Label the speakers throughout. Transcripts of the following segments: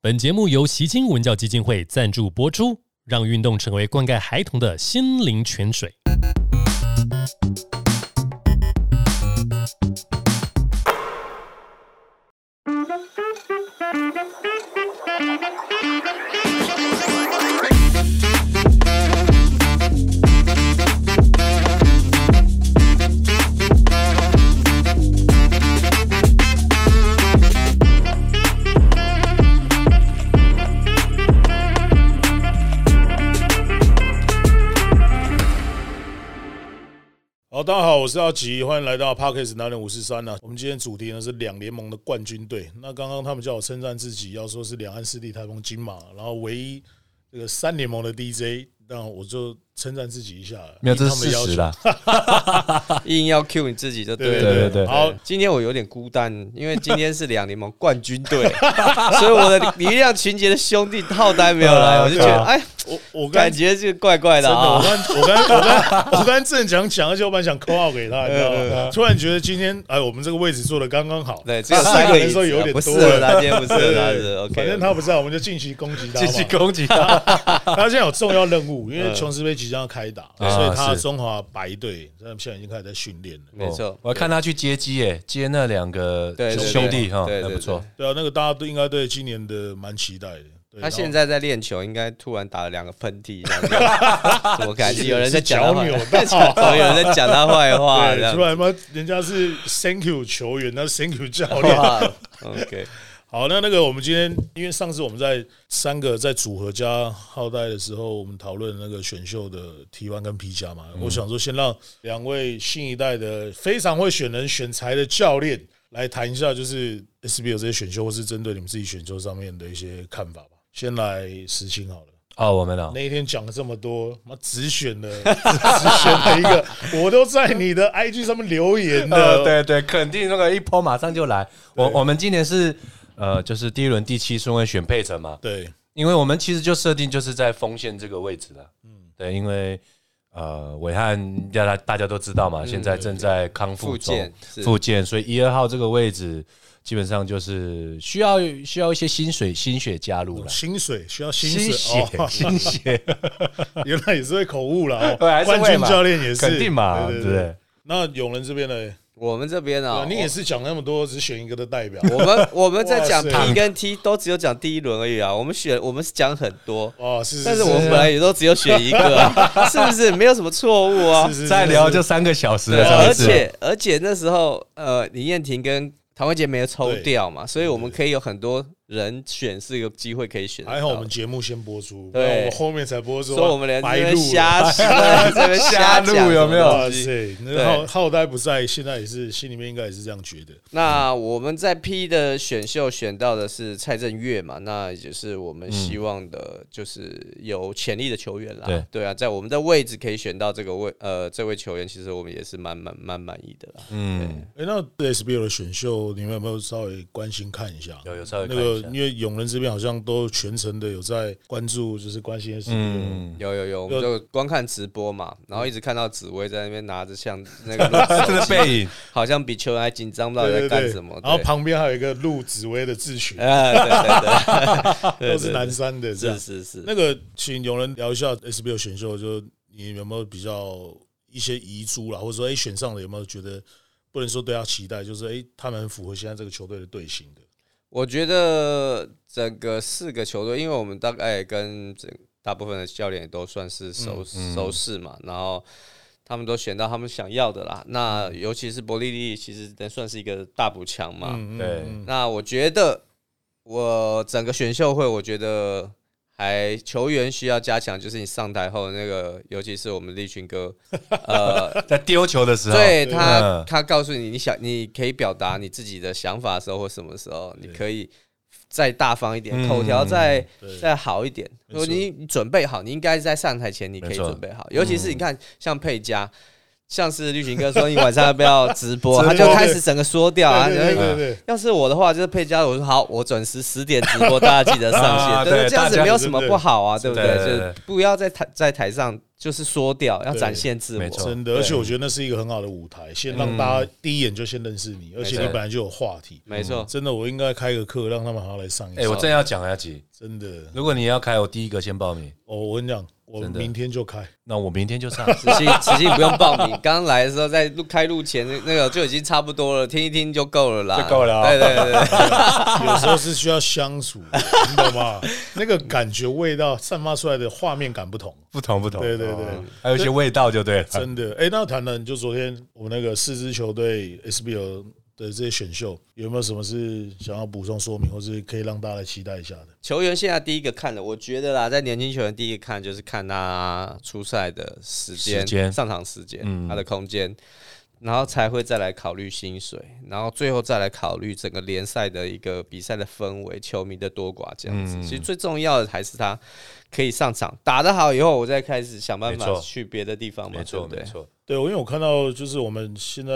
Speaker 1: 本节目由习清文教基金会赞助播出，让运动成为灌溉孩童的心灵泉水。
Speaker 2: 好，大家好，我是阿奇，欢迎来到 Parkes 哪点五四三呢？我们今天主题呢是两联盟的冠军队。那刚刚他们叫我称赞自己，要说是两岸四地台风金马，然后唯一这个三联盟的 DJ，那我就称赞自己一下。
Speaker 3: 没有，
Speaker 2: 应
Speaker 3: 这
Speaker 2: 他
Speaker 3: 是
Speaker 2: 们
Speaker 3: 事
Speaker 2: 的要
Speaker 3: 实
Speaker 2: 求。
Speaker 3: 啦。
Speaker 4: 硬要 Q 你自己就对
Speaker 2: 对
Speaker 4: 了。
Speaker 2: 对
Speaker 3: 对对
Speaker 2: 好，
Speaker 4: 今天我有点孤单，因为今天是两联盟冠军队， 所以我的李李亮群杰的兄弟套单没有来，我就觉
Speaker 2: 对
Speaker 4: 得
Speaker 2: 啊
Speaker 4: 哎，
Speaker 2: 我我刚
Speaker 4: 感觉这个怪怪
Speaker 2: 真的，
Speaker 4: 的
Speaker 2: 我
Speaker 4: 啊。
Speaker 2: 刚我刚我刚我刚正想讲，而且我蛮想扣号给他，你知道吗？突然觉得今天哎，我们这个位置坐的刚刚好，
Speaker 4: 对，只有
Speaker 2: 四
Speaker 4: 三个
Speaker 2: 人
Speaker 4: 椅
Speaker 2: 的时候
Speaker 4: 子
Speaker 2: 有
Speaker 4: 啊，
Speaker 2: 点
Speaker 4: 不适
Speaker 2: 多
Speaker 4: 合他，今天不适
Speaker 2: 对
Speaker 4: 合
Speaker 2: 对
Speaker 4: 他，
Speaker 2: 对
Speaker 4: 是 OK。
Speaker 2: 反正他不在，我们就尽情攻击他嘛，
Speaker 3: 攻击他，
Speaker 2: 他现在有重要任务，因为琼斯杯即将要开打，
Speaker 3: 嗯
Speaker 2: 所以
Speaker 3: 啊
Speaker 2: 他
Speaker 3: 是
Speaker 2: 中华白队现在现在已经开始在训练了。
Speaker 4: 没错
Speaker 3: 哦我还看他去接机诶，接那两个
Speaker 4: 对对对
Speaker 3: 兄弟哈，
Speaker 4: 对对
Speaker 3: 那
Speaker 4: 对
Speaker 3: 不错。
Speaker 2: 对啊，那个大家都应该对今年的蛮期待的。对
Speaker 4: 他现
Speaker 2: 然后
Speaker 4: 在在练球，应该突然打了两个喷嚏，这样子 怎么感觉有人在讲他
Speaker 2: 是脚扭
Speaker 4: 坏哦，有人在讲他坏话，这
Speaker 2: 对，
Speaker 4: 样
Speaker 2: 出 来嘛，人家是 Thank you 球员，那是 Thank you 教 练。
Speaker 4: 哇 OK，
Speaker 2: 好，那那个我们今天，因为上次我们在三个在组合加浩代的时候，我们讨论那个选秀的 T one 跟 P 加
Speaker 3: 嗯
Speaker 2: 嘛，我想说先让两位新一代的非常会选人选材的教练来谈一下，就是 SBL 这些选秀，或是针对你们自己选秀上面的一些看法吧。先来石青好了。
Speaker 3: 哦，我们哦，
Speaker 2: 那一天讲了这么多，妈只选 了只选了一个，我都在你的 IG 上面留言的，
Speaker 3: 呃，对对，肯定那个一抛马上就来。我我们今年是呃，就是第一轮第七顺位选佩城嘛，
Speaker 2: 对
Speaker 3: 因为我们其实就设定就是在锋线这个位置了。嗯，对，因为呃，伟汉大家大家都知道嘛，现在正在康复
Speaker 4: 嗯复
Speaker 3: 中
Speaker 4: 健，是
Speaker 3: 复健，所以一二号这个位置基本上就是需要需要一些薪水薪血加入了。
Speaker 2: 薪水需要薪
Speaker 3: 心
Speaker 2: 水
Speaker 3: 血
Speaker 2: 哦，，
Speaker 3: 心血，
Speaker 2: 原来也是会口误了哦，
Speaker 3: 对还是会
Speaker 2: 冠
Speaker 3: 嘛
Speaker 2: 军教练也是
Speaker 3: 肯定嘛，对
Speaker 2: 对
Speaker 3: 不对？
Speaker 2: 那永仁这边呢？
Speaker 4: 我们这边啊
Speaker 2: 啊，，你也是讲那么多，只选一个的代表。
Speaker 4: 我们我们在讲
Speaker 2: 哇塞
Speaker 4: P 跟 T 都只有讲第一轮而已啊，我们选我们是讲很多，
Speaker 2: 哇，啊是，
Speaker 4: 但是我们本来也都只有选一个、 啊，是不是？没有什么错误啊
Speaker 2: 是。是
Speaker 3: 再聊就三个小时
Speaker 4: 对，
Speaker 3: 了，上
Speaker 4: 而
Speaker 3: 次
Speaker 4: 且而且那时候呃，林彦廷跟唐慧杰没有抽掉嘛，所以我们可以有很多人选是有机会可以选得到。
Speaker 2: 还好我们节目先播出，
Speaker 4: 对
Speaker 2: 不然我们后面才播出，
Speaker 4: 说我们连这
Speaker 2: 白
Speaker 4: 边
Speaker 2: 录了
Speaker 4: 瞎在这边瞎
Speaker 3: 瞎录
Speaker 4: 讲
Speaker 3: 有没有
Speaker 4: 什么
Speaker 2: 哇
Speaker 4: 东西
Speaker 2: 塞，那
Speaker 4: 对
Speaker 2: 浩浩代不在，现在也是心里面应该也是这样觉得。
Speaker 4: 那我们在 P 的选秀选到的是蔡正月嘛，那也就是我们希望的，就是有潜力的球员啦。
Speaker 3: 对
Speaker 4: 啊，在我们的位置可以选到这个位呃这位球员，其实我们也是蛮蛮蛮满意的啦。
Speaker 3: 嗯，
Speaker 2: 哎，那 SBL 的选秀，你们有没有稍微关心看一下？
Speaker 3: 有有稍微
Speaker 2: 那
Speaker 3: 看一
Speaker 2: 个
Speaker 3: 下，
Speaker 2: 因为永仁这边好像都全程的有在关注，就是关心 SBL。
Speaker 3: 嗯，
Speaker 4: 有有有，我们就光看直播嘛，然后一直看到紫薇在那边拿着像那个录
Speaker 3: 这个 背影，
Speaker 4: 好像比球员还紧张，不知道
Speaker 2: 对
Speaker 4: 在
Speaker 2: 对
Speaker 4: 干
Speaker 2: 对，
Speaker 4: 什么。
Speaker 2: 然后
Speaker 4: 对
Speaker 2: 旁边还有一个陆紫薇的字群，
Speaker 4: 啊，对对对，
Speaker 2: 都是南山的，这样
Speaker 4: 是是是。
Speaker 2: 那个，请有人聊一下 SBL 选秀，就你有没有比较一些遗珠啦，或者说哎、诶选上了有没有觉得不能说对他期待，就是哎、诶他们符合现在这个球队的队形的。
Speaker 4: 我觉得整个四个球队，因为我们大概跟整大部分的教练也都算是熟、熟识嘛，然后他们都选到他们想要的啦。那尤其是伯利利，其实能算是一个大补强嘛。
Speaker 2: 嗯
Speaker 3: 对
Speaker 2: 嗯
Speaker 4: 那我觉得我整个选秀会，我觉得还球员需要加强，就是你上台后那个，尤其是我们立群哥，呃，
Speaker 3: 在丢球的时候，
Speaker 4: 对
Speaker 3: 嗯
Speaker 4: 他，他告诉你，你想你可以表达你自己的想法的时候，或什么时候，你可以再大方一点，
Speaker 3: 嗯
Speaker 4: 口条再
Speaker 2: 对
Speaker 4: 再好一点。如
Speaker 2: 没
Speaker 4: 果
Speaker 2: 错
Speaker 4: 你你准备好，你应该在上台前你可
Speaker 3: 没
Speaker 4: 以
Speaker 3: 错
Speaker 4: 准备好。尤其是你看，像佩佳，像是绿行哥说你晚上要不要直播，
Speaker 2: 直
Speaker 4: 他
Speaker 2: 播
Speaker 4: 就开始整个缩掉啊。
Speaker 2: 对
Speaker 4: 然后
Speaker 2: 对对对，
Speaker 4: 要是我的话，就是配加我说好，我准时十点直播，大家记得上线，
Speaker 3: 啊
Speaker 4: 对
Speaker 3: 对
Speaker 4: 这样子
Speaker 3: 大家
Speaker 4: 没有什么不好啊，对不对？
Speaker 3: 对
Speaker 4: 就
Speaker 3: 对对
Speaker 4: 是不要在台在台上就是缩掉，要
Speaker 2: 对
Speaker 4: 展现自
Speaker 3: 没
Speaker 4: 我
Speaker 3: 错。
Speaker 2: 真的，而且我觉得那是一个很好的舞台，先让大家第一眼就先认识你，而且你
Speaker 4: 嗯没错
Speaker 2: 本来就有话题。
Speaker 4: 没错，
Speaker 2: 真的，我应该开个课，让他们好好来上一
Speaker 3: 哎，我
Speaker 2: 上。
Speaker 3: 正要讲阿吉，
Speaker 2: 真的，
Speaker 3: 如果你要开，我第一个先报名，
Speaker 2: 哦，我跟你讲，我
Speaker 3: 真的
Speaker 2: 明天就开。
Speaker 3: 那我明天就上。
Speaker 4: 子欣， 子欣不用报名，刚来的时候在录开录前那那个就已经差不多了，听一听就够了 啦，
Speaker 3: 就够了啊
Speaker 4: 对对对 对，
Speaker 2: 有时候是需要相处，你懂 吗？那个感觉、味道散发出来的画面感不同。
Speaker 3: 不同不同，
Speaker 2: 对对对
Speaker 3: 哦，还有一些味道就对了。
Speaker 2: 真的，哎、那谈谈就昨天我们那个四支球队 SBL 的这些选秀，有没有什么是想要补充说明，或是可以让大家来期待一下的？
Speaker 4: 球员现在第一个看的，我觉得啦，在年轻球员第一个看就是看他出赛的时间、
Speaker 3: 时间
Speaker 4: 上场时间、
Speaker 3: 嗯
Speaker 4: 他的空间，然后才会再来考虑薪水，然后最后再来考虑整个联赛的一个比赛的氛围、球迷的多寡这样子。
Speaker 3: 嗯
Speaker 4: 其实最重要的还是他可以上场打得好以后，我再开始想办
Speaker 3: 没
Speaker 4: 法
Speaker 3: 错
Speaker 4: 去别的地方嘛，
Speaker 3: 没
Speaker 4: 对
Speaker 3: 错
Speaker 4: 不对
Speaker 3: 没？错，
Speaker 2: 对，我因为我看到就是我们现在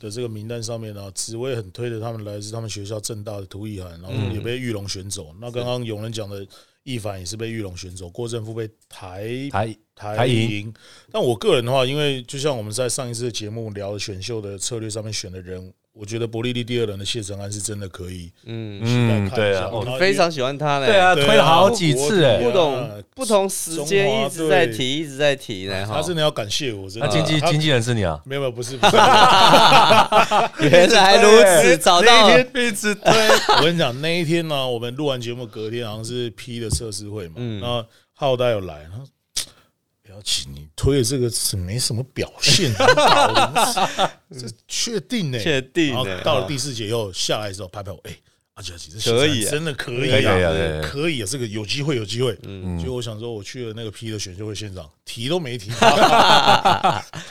Speaker 2: 的这个名单上面呢、啊，紫薇很推的他们来自他们学校正大的涂意涵，然后也被玉龙选走。那刚刚有人讲的易凡也是被玉龙选走，郭正富被台
Speaker 3: 台
Speaker 2: 台
Speaker 3: 台银
Speaker 2: 银。但我个人的话，因为就像我们在上一次的节目聊选秀的策略上面选的人，我觉得伯利利第二轮的谢承安是真的可以，
Speaker 4: 嗯，
Speaker 3: 嗯，对啊，
Speaker 2: 我
Speaker 3: 哦
Speaker 4: 我非常喜欢他嘞。
Speaker 3: 对啊，
Speaker 2: 对啊
Speaker 3: 推了好几次哎
Speaker 2: 我。
Speaker 4: 不懂，不同时间一直在
Speaker 2: 中华队
Speaker 4: 提，一直在提呢。哈
Speaker 2: 他 真的要感谢我，真
Speaker 3: 那
Speaker 2: 的。
Speaker 3: 经纪
Speaker 2: 他
Speaker 3: 经纪人是你啊？
Speaker 2: 没有没有不是不 是，
Speaker 4: 原来如此，找到
Speaker 3: 哎那一天一直推，
Speaker 2: 我跟你讲，那一天呢、我们录完节目隔天好像是 P 的测试会嘛，
Speaker 3: 嗯
Speaker 2: 那浩代有来，他说不要紧，你推的这个是没什么表现，很搞这确定呢、
Speaker 4: 确
Speaker 3: 欸
Speaker 4: 定
Speaker 2: 然后
Speaker 4: 呢
Speaker 2: 到了第四节以后下来的时候，拍拍我，哎、阿杰阿杰，这
Speaker 4: 可以啊
Speaker 2: 真的可以
Speaker 3: 可以啊对
Speaker 2: 啊
Speaker 3: 对，对
Speaker 2: 可以啊，这个有机会，有机会。嗯，就我想说，我去了那个 P 的选秀会现场，提都没提，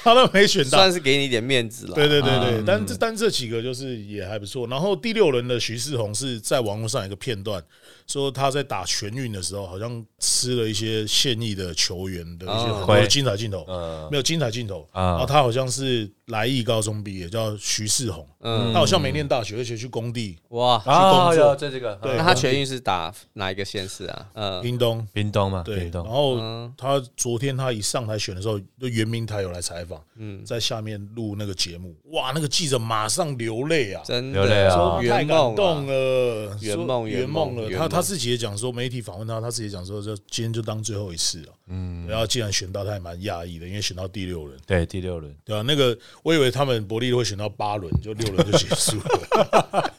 Speaker 2: 他都没选到，
Speaker 4: 算是给你一点面子了。
Speaker 2: 对对对对，但这但这几个就是也还不错。然后第六轮的徐世宏是在网络上有一个片段，说他在打全运的时候，好像吃了一些现役的球员的一些
Speaker 4: 哦
Speaker 2: 很多
Speaker 3: 亏
Speaker 2: 精彩镜头，
Speaker 3: 嗯
Speaker 2: 没有精彩镜头。
Speaker 3: 啊
Speaker 2: 然后他好像是来艺高中毕业，叫徐世宏，
Speaker 4: 嗯
Speaker 2: 他好像没念大学，而且去工地
Speaker 4: 哇，
Speaker 3: 啊，
Speaker 2: 去工作
Speaker 3: 有在这个
Speaker 2: 对
Speaker 4: 那他全运是打哪一个县市啊？嗯，
Speaker 2: 屏东。
Speaker 3: 冰冻嘛，
Speaker 2: 对，哦
Speaker 3: 冰
Speaker 2: 然
Speaker 3: 冻
Speaker 2: 后他昨天他一上台选的时候，就圆明台有来采访，在下面录那个节目，哇，那个记者马上流泪啊，
Speaker 4: 真
Speaker 3: 流泪
Speaker 4: 的
Speaker 3: 啊
Speaker 2: 说
Speaker 3: 哦
Speaker 2: 太
Speaker 4: 圆
Speaker 2: 感动
Speaker 4: 梦啊，
Speaker 2: 了，
Speaker 4: 圆
Speaker 2: 说
Speaker 4: 梦
Speaker 2: 圆
Speaker 4: 圆
Speaker 2: 梦
Speaker 4: 梦
Speaker 2: 了。
Speaker 4: 圆
Speaker 2: 他
Speaker 4: 梦
Speaker 2: 他自己也讲说，媒体访问他，他自己也讲说，就今天就当最后一次了。嗯，然后既然选到，他也蛮讶异的，因为选到第六轮，
Speaker 3: 对第六轮，
Speaker 2: 对啊，那个我以为他们伯利会选到八轮，就六轮就结束 了。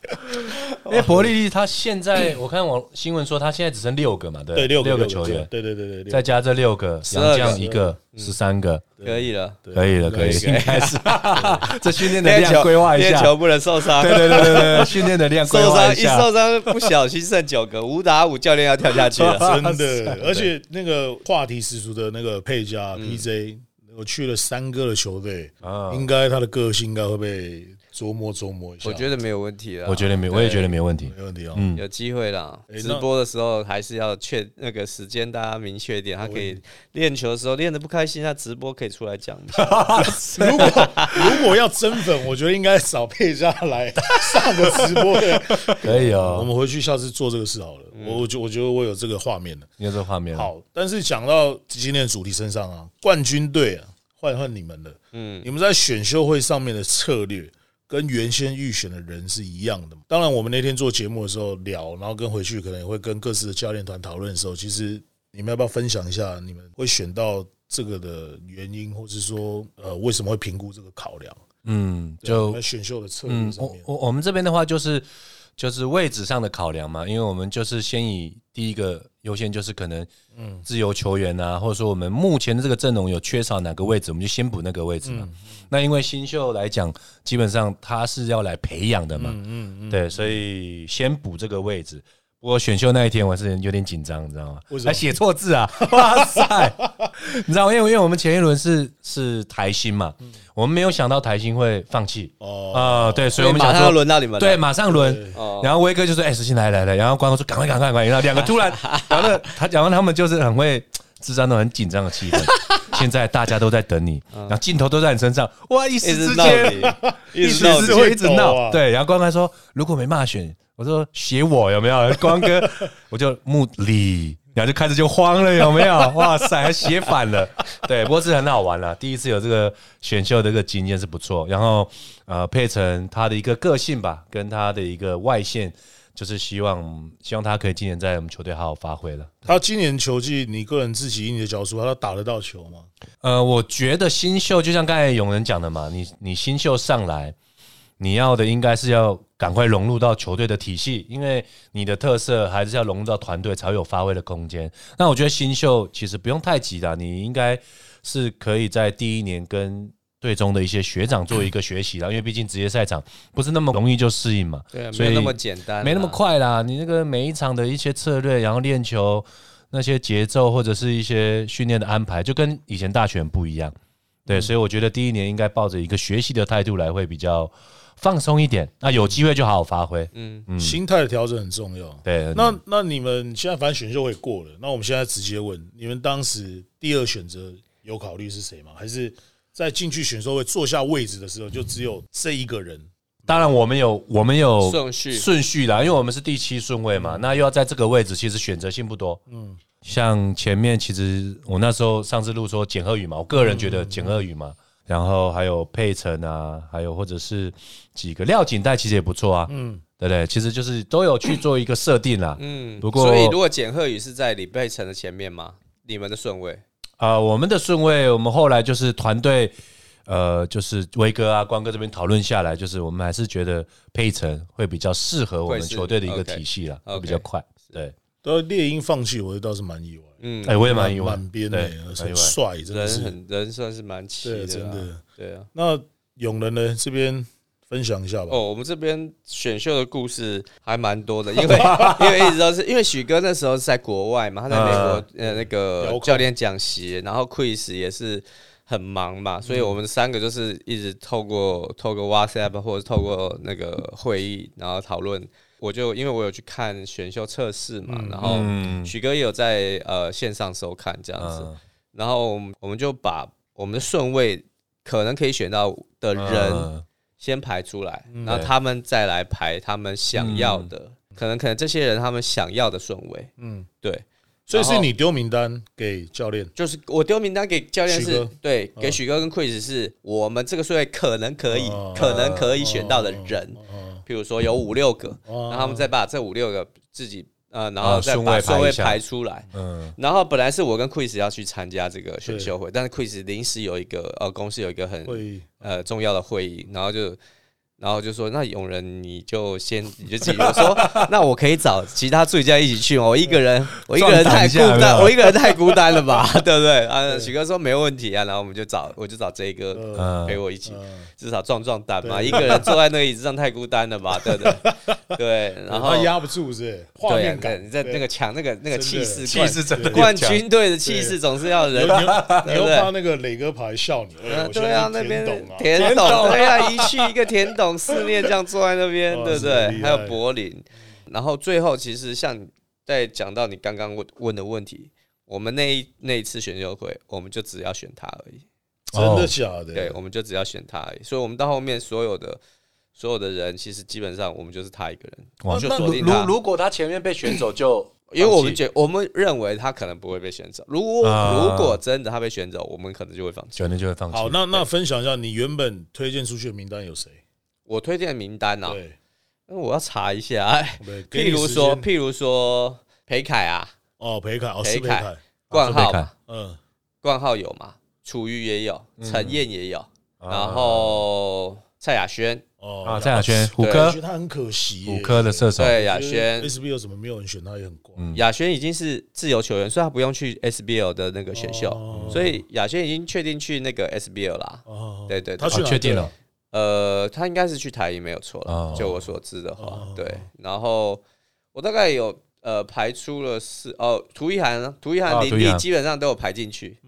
Speaker 3: 因为伯利利他现在我看网新闻说他现在只剩六个嘛，对，
Speaker 2: 对，六个六
Speaker 3: 六个
Speaker 2: 个
Speaker 3: 球员，
Speaker 2: 对对对对对，
Speaker 3: 再加这六个，
Speaker 4: 十二个
Speaker 3: 杨绛一个，十三个，
Speaker 4: 可以了。
Speaker 2: 对
Speaker 3: 可以了，可以，
Speaker 4: 可以
Speaker 3: 应该是这训练的
Speaker 4: 练
Speaker 3: 量
Speaker 4: 球
Speaker 3: 规划一
Speaker 4: 练
Speaker 3: 下，
Speaker 4: 球不能受伤，
Speaker 3: 对对对对对，训练的量规
Speaker 4: 受
Speaker 3: 划
Speaker 4: 伤一
Speaker 3: 下，
Speaker 4: 受伤不小心剩九个，五打五教练要跳下去
Speaker 3: 啊
Speaker 4: 了。
Speaker 2: 啊真的，而且那个话题十足的那个配加
Speaker 4: 嗯
Speaker 2: PJ，我去了三哥的球队，
Speaker 3: 啊
Speaker 2: 应该他的个性应该会被琢磨琢磨一下。
Speaker 4: 我觉得没有问题了，
Speaker 3: 我觉得没，我也觉得没问题。
Speaker 2: 没问题哦。
Speaker 3: 嗯
Speaker 4: 有机会啦。
Speaker 2: 诶
Speaker 4: 直
Speaker 2: 那
Speaker 4: 播的时候还是要确那个时间，大家明确一点。他可以练球的时候练的不开心，他直播可以出来讲一下。
Speaker 2: 如果 如果要增粉，我觉得应该找佩佳来上个直播的。
Speaker 3: 可以
Speaker 2: 我
Speaker 3: 哦，
Speaker 2: 们回去下次做这个事好了。我我觉我觉得我有这个画面了。
Speaker 3: 你有这个画面了。
Speaker 2: 好，但是讲到今天的主题身上啊，冠军队啊，换换你们了。嗯，你们在选秀会上面的策略跟原先预选的人是一样的吗。当然，我们那天做节目的时候聊，然后跟回去可能也会跟各自的教练团讨论的时候，其实你们要不要分享一下你们会选到这个的原因，或是说呃为什么会评估这个考量？
Speaker 3: 嗯，
Speaker 2: 对啊
Speaker 3: 就
Speaker 2: 你们选秀的策略
Speaker 3: 嗯，
Speaker 2: 上
Speaker 3: 我
Speaker 2: 面，
Speaker 3: 我我们这边的话就是就是位置上的考量嘛，因为我们就是先以第一个优先就是可能嗯自由球员啊，或者说我们目前的这个阵容有缺少哪个位置，我们就先补那个位置嘛。
Speaker 2: 嗯
Speaker 3: 那因为新秀来讲，基本上他是要来培养的嘛，
Speaker 2: 嗯嗯，
Speaker 3: 对，所以先补这个位置。不过选秀那一天我是有点紧张，你知道吗
Speaker 2: 为什？么
Speaker 3: 还写错字啊！ 哇塞，你知道，因为因为我们前一轮是是台新嘛，我们没有想到台新会放弃
Speaker 2: 嗯哦，
Speaker 3: 啊、对，所以我们
Speaker 4: 马
Speaker 3: 想
Speaker 4: 上要
Speaker 3: 说，
Speaker 4: 轮到你们了。
Speaker 3: 对，马上轮。
Speaker 4: 哦，
Speaker 3: 然后威哥就说：“哎、石信来来来。”然后关公说：“赶快赶 快赶快！”然后两个突然，然后呢他，然后他们就是很会制造那种很紧张的气氛。现在大家都在等你，然后镜头都在你身上，哇，一
Speaker 4: 嗯一
Speaker 3: 时
Speaker 4: 直
Speaker 3: 之
Speaker 4: 闹
Speaker 3: 间，
Speaker 4: 你，
Speaker 3: 一
Speaker 4: 一
Speaker 3: 时
Speaker 4: 直闹
Speaker 3: 之
Speaker 4: 你，
Speaker 3: 间一直
Speaker 2: 会抖
Speaker 3: 闹。
Speaker 2: 啊
Speaker 3: 对，然后光哥说，如果没办法选，我说写我有没有？光哥， 我就木里，然后就开始就慌了，有没有？ 哇塞，还写反了。对，不过是很好玩啦，第一次有这个选秀的这个经验是不错。然后呃，佩岑他的一个个性吧，跟他的一个外线。就是希望，希望他可以今年在我们球队好好发挥了。
Speaker 2: 他今年球季，你个人自己以你的角度，他打得到球吗？
Speaker 3: 呃，我觉得新秀就像刚才永仁讲的嘛，你你新秀上来，你要的应该是要赶快融入到球队的体系，因为你的特色还是要融入到团队才会有发挥的空间。那我觉得新秀其实不用太急的，你应该是可以在第一年跟队中的一些学长做一个学习啦，因为毕竟职业赛场不是那么容易就适应嘛。
Speaker 4: 对啊，
Speaker 3: 所
Speaker 4: 没有
Speaker 3: 以
Speaker 4: 那么简单，
Speaker 3: 没那么。快啦。你那个每一场的一些策略，然后练球那些节奏或者是一些训练的安排，就跟以前大学很不一样。对，所以我觉得第一年应该抱着一个学习的态度来，会比较放松一点。那有机会就好好发挥。
Speaker 4: 嗯，
Speaker 2: 心态的调整很重要。
Speaker 3: 对，
Speaker 2: 那那你们现在反正选秀会过了，那我们现在直接问，你们当时第二选择有考虑是谁吗？还是在进去选秀会坐下位置的时候，就只有这一个人？
Speaker 3: 当然我们有我们有
Speaker 4: 顺序
Speaker 3: 顺序啦，因为我们是第七顺位
Speaker 4: 嗯
Speaker 3: 嘛，那又要在这个位置，其实选择性不多。嗯，像前面其实我那时候上次录说简鹤宇嘛，我个人觉得
Speaker 4: 嗯
Speaker 3: 简鹤宇嘛，然后还有佩岑啊，还有或者是几个廖锦带其实也不错啊，嗯，对不对？其实就是都有去做一个设定啦。嗯，不过
Speaker 4: 所以如果简鹤宇是在李佩岑的前面吗？你们的顺位，
Speaker 3: 啊，我们的顺位，我们后来就是团队，呃，就是威哥啊、光哥这边讨论下来，就是我们还是觉得佩岑会比较适合我们
Speaker 4: 会是
Speaker 3: 球队的一个
Speaker 4: OK，
Speaker 3: 体系啦，
Speaker 4: OK
Speaker 3: 会比较快。对，
Speaker 2: 都猎鹰放弃，我倒是蛮意外，
Speaker 4: 嗯，
Speaker 3: 哎，我也蛮意外，
Speaker 2: 满编
Speaker 3: 对
Speaker 2: 的，，
Speaker 3: 蛮意
Speaker 2: 很
Speaker 3: 外。
Speaker 2: 帅，真的
Speaker 4: 人
Speaker 2: 是。
Speaker 4: 很人算是蛮齐
Speaker 2: 对
Speaker 4: 的，
Speaker 2: 真的。
Speaker 4: 对啊。
Speaker 2: 那永仁呢？这边分享一下吧。
Speaker 4: 哦，我们这边选秀的故事还蛮多的，因为 因为一直都是因为许哥那时候是在国外嘛，他在美国
Speaker 3: 嗯
Speaker 4: 呃那
Speaker 2: 遥
Speaker 4: 个
Speaker 2: 控
Speaker 4: 教练讲习，然后 Chris 也是很忙
Speaker 3: 嗯
Speaker 4: 嘛，所以我们三个就是一直透过透过 WhatsApp 或者透过那个会议，然后讨论。我就因为我有去看选秀测试嘛，
Speaker 3: 嗯
Speaker 4: 然后许哥也有在呃线上收看这样子，
Speaker 3: 嗯
Speaker 4: 然后我们我们就把我们的顺位可能可以选到的人。
Speaker 3: 嗯
Speaker 4: 先排出来，
Speaker 2: 嗯
Speaker 4: 然后他们再来排他们想要的，可能可能这些人他们想要的顺位，
Speaker 2: 嗯
Speaker 4: 嗯，对，
Speaker 2: 所以是你丢名单给教练，
Speaker 4: 就是我丢名单给教练
Speaker 2: 许
Speaker 4: 是
Speaker 2: 哥，嗯
Speaker 4: 对，给许哥跟 Chris 是我们这个顺位可能可以
Speaker 2: 哦，
Speaker 4: 可能可以选到的人，
Speaker 2: 哦，
Speaker 4: 譬如说有五六个，
Speaker 2: 哦
Speaker 4: 然后他们再把这五六个自己呃，然后
Speaker 3: 啊
Speaker 4: 再
Speaker 3: 顺
Speaker 4: 把
Speaker 3: 位排
Speaker 4: 顺
Speaker 3: 一
Speaker 4: 位
Speaker 3: 下
Speaker 4: 排出来，
Speaker 3: 嗯
Speaker 4: 然后本来是我跟 Chris 要去参加这个选秀会，但是 Chris 临时有一个呃公司有一个很
Speaker 2: 会议
Speaker 4: 呃重要的会议，然后就然后就说那永仁你就先你就自己，我说 那我可以找其他助理教练一起去吗？我一个人我一个人太孤
Speaker 3: 壮胆一下对
Speaker 4: 单，
Speaker 3: 吧
Speaker 4: 我一个人太孤单 了吧，对不对？啊，许哥说没问题啊，然后我们就找我就找这个
Speaker 2: 呃
Speaker 4: 陪
Speaker 3: 嗯，
Speaker 4: 我一起，
Speaker 2: 呃
Speaker 4: 至少壮壮胆嘛，
Speaker 2: 对
Speaker 4: 一个人坐在那个椅子上太孤单了 吧，对不对？对，然后
Speaker 2: 他压不住是不是画
Speaker 4: 对啊
Speaker 2: 面，
Speaker 4: 对
Speaker 2: 感，
Speaker 4: 你在那个抢那个那
Speaker 2: 真的
Speaker 4: 个气势
Speaker 3: 气
Speaker 4: 冠
Speaker 3: 势真的
Speaker 4: 冠
Speaker 3: 强
Speaker 4: 军队的气势
Speaker 2: 对
Speaker 4: 总是要
Speaker 2: 对
Speaker 4: 人
Speaker 2: 你又你
Speaker 4: 对
Speaker 2: 又
Speaker 4: 不对
Speaker 2: 怕那个磊哥跑来笑你，哎
Speaker 4: 嗯
Speaker 2: 我现
Speaker 4: 对
Speaker 2: 在
Speaker 4: 啊
Speaker 2: 是，
Speaker 4: 那边
Speaker 2: 懂啊，
Speaker 4: 田董，对啊，一去一个田董肆虐这样坐在那 边，
Speaker 2: 哇
Speaker 4: 对不
Speaker 3: 哦
Speaker 2: 真的
Speaker 4: 对？
Speaker 2: 厉
Speaker 4: 还有
Speaker 2: 害
Speaker 4: 柏林，然后最后其实像你在讲到你刚刚问问的问题，我们那一那一次选秀会，我们就只要选他而已，
Speaker 2: 真的假的？
Speaker 4: 哦对，我们就只要选他而已，所以我们到后面所有的所有的人，其实基本上我们就是他一个人，我
Speaker 3: 哇
Speaker 4: 们就
Speaker 3: 那
Speaker 4: 锁定
Speaker 3: 如
Speaker 4: 他，
Speaker 3: 如。如果他前面被选走就
Speaker 4: 因为我们
Speaker 3: 就
Speaker 4: 觉，我们认为他可能不会被选走。如果、
Speaker 3: 啊
Speaker 4: 如果真的他被选走，我们可能就会放弃。
Speaker 3: 九年就会放弃。
Speaker 2: 好，那那分享一下你原本推荐出去的名单有谁？
Speaker 4: 我推荐的名单呢、啊，
Speaker 2: 对
Speaker 4: 那我要查一下。哎，
Speaker 2: 对，给
Speaker 4: 譬
Speaker 2: 你
Speaker 4: 如
Speaker 2: 时
Speaker 4: 说，
Speaker 2: 间
Speaker 4: 譬如说裴凯啊，
Speaker 2: 哦，裴凯哦，
Speaker 4: 裴
Speaker 2: 是裴
Speaker 4: 凯
Speaker 2: 凯，
Speaker 4: 冠
Speaker 3: 是
Speaker 4: 浩
Speaker 3: 裴凯
Speaker 4: 嘛，
Speaker 2: 嗯，
Speaker 4: 冠浩有嘛，楚瑜也有，陈燕也有，
Speaker 3: 啊
Speaker 4: 然后蔡雅轩，
Speaker 2: 哦，
Speaker 3: 啊，蔡雅轩、虎
Speaker 4: 对
Speaker 2: 我
Speaker 3: 科
Speaker 2: 觉、得他很可惜耶，
Speaker 3: 虎科的
Speaker 2: 啊
Speaker 3: 射手，
Speaker 4: 对雅轩，嗯
Speaker 2: ，SB 有什么没有人选他也很怪，
Speaker 4: 雅轩已经是自由球员，所以他不用去 SBL 的那个选秀，
Speaker 2: 哦
Speaker 4: 所以雅轩已经确定去那个 SBL 啦。
Speaker 2: 哦，
Speaker 4: 对对对
Speaker 2: 他去
Speaker 3: 哦
Speaker 2: 哪
Speaker 3: 确定
Speaker 2: 队
Speaker 3: 了，
Speaker 4: 呃，他应该是去台一没有错了，
Speaker 3: 哦
Speaker 4: 就我所知的话，
Speaker 2: 哦
Speaker 4: 对。然后我大概有呃排出了四哦，涂一涵，涂一
Speaker 3: 啊
Speaker 4: 涵、林
Speaker 3: 涂一
Speaker 4: 立
Speaker 3: 涵嗯
Speaker 4: 基本上都有排进去，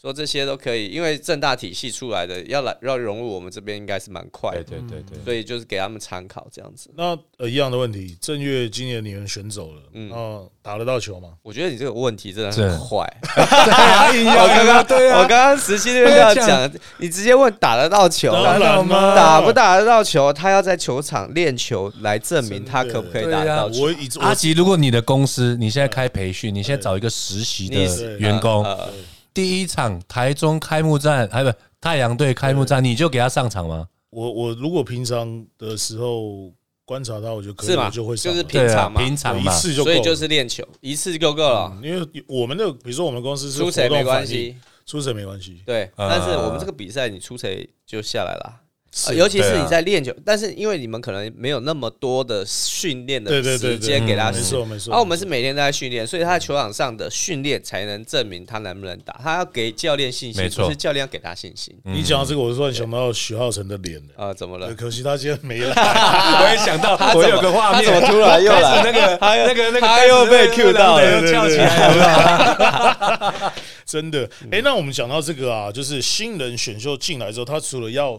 Speaker 4: 说这些都可以，因为正大体系出来的要来要融入我们这边应该是蛮快
Speaker 3: 对
Speaker 4: 的，
Speaker 3: 对对对，
Speaker 4: 所以就是给他们参考这样子。
Speaker 2: 那呃一样的问题，正月今年你们选走了，
Speaker 4: 嗯
Speaker 2: 那打得到球吗？
Speaker 4: 我觉得你这个问题真的
Speaker 3: 是
Speaker 4: 很坏。
Speaker 3: 对啊，
Speaker 4: 我刚刚
Speaker 3: 对
Speaker 4: 我刚刚十七那边 要讲，你直接问打得到球啊，
Speaker 2: 当然嘛
Speaker 4: 打不打得到球，他要在球场练球来证明他可不可以打得到球。
Speaker 2: 我一直
Speaker 3: 阿吉，如果你的公司你现在开培训，你现在找一个实习
Speaker 4: 你是
Speaker 3: 的员工，
Speaker 4: 呃
Speaker 3: 第一场台中开幕战，还不太阳队开幕战，你就给他上场吗？
Speaker 2: 我我如果平常的时候观察他，我觉得可
Speaker 4: 是
Speaker 2: 能
Speaker 4: 吗
Speaker 2: 我就会上
Speaker 4: 就是
Speaker 2: 了
Speaker 4: 平
Speaker 3: 对啊
Speaker 4: 常嘛
Speaker 3: 平
Speaker 2: 我
Speaker 3: 常
Speaker 2: 一
Speaker 3: 嘛，
Speaker 2: 次就够
Speaker 4: 所
Speaker 2: 了，嗯
Speaker 4: 以就是练球一次就够了，
Speaker 2: 因为我们的比如说我们公司是
Speaker 4: 出谁
Speaker 2: 活动
Speaker 4: 没关
Speaker 2: 反应，
Speaker 4: 系。
Speaker 2: 出谁没关系，
Speaker 4: 对，
Speaker 3: 呃
Speaker 4: 但是我们这个比赛你出谁就下来了。
Speaker 2: 嗯
Speaker 4: 呃尤其是
Speaker 3: 对啊
Speaker 4: 你在练球，但是因为你们可能没有那么多的训练的
Speaker 2: 对对对对，
Speaker 4: 时间给他
Speaker 2: 没
Speaker 4: 试
Speaker 2: 错没错。
Speaker 4: 啊，我们是每天都在训练，所以他在球场上的训练才能证明他能不能打。他要给教练信心，
Speaker 3: 没错
Speaker 4: 不是教练要给他信心。
Speaker 2: 你讲到这个，我突然想到徐浩辰的脸了。
Speaker 4: 啊，怎么了
Speaker 2: 呃？可惜他今天没来，
Speaker 3: 我也想到，
Speaker 4: 他
Speaker 3: 我
Speaker 4: 怎
Speaker 3: 有
Speaker 4: 么
Speaker 3: 个画
Speaker 4: 他
Speaker 3: 面，
Speaker 4: 怎么突然又来？
Speaker 3: 那个
Speaker 4: 他又
Speaker 3: 那个那个
Speaker 4: 他又被 cue 到
Speaker 3: 对
Speaker 4: 了
Speaker 3: 对对翘起来了。
Speaker 2: 真的。哎，那我们讲到这个啊，就是新人选秀进来之后，他除了要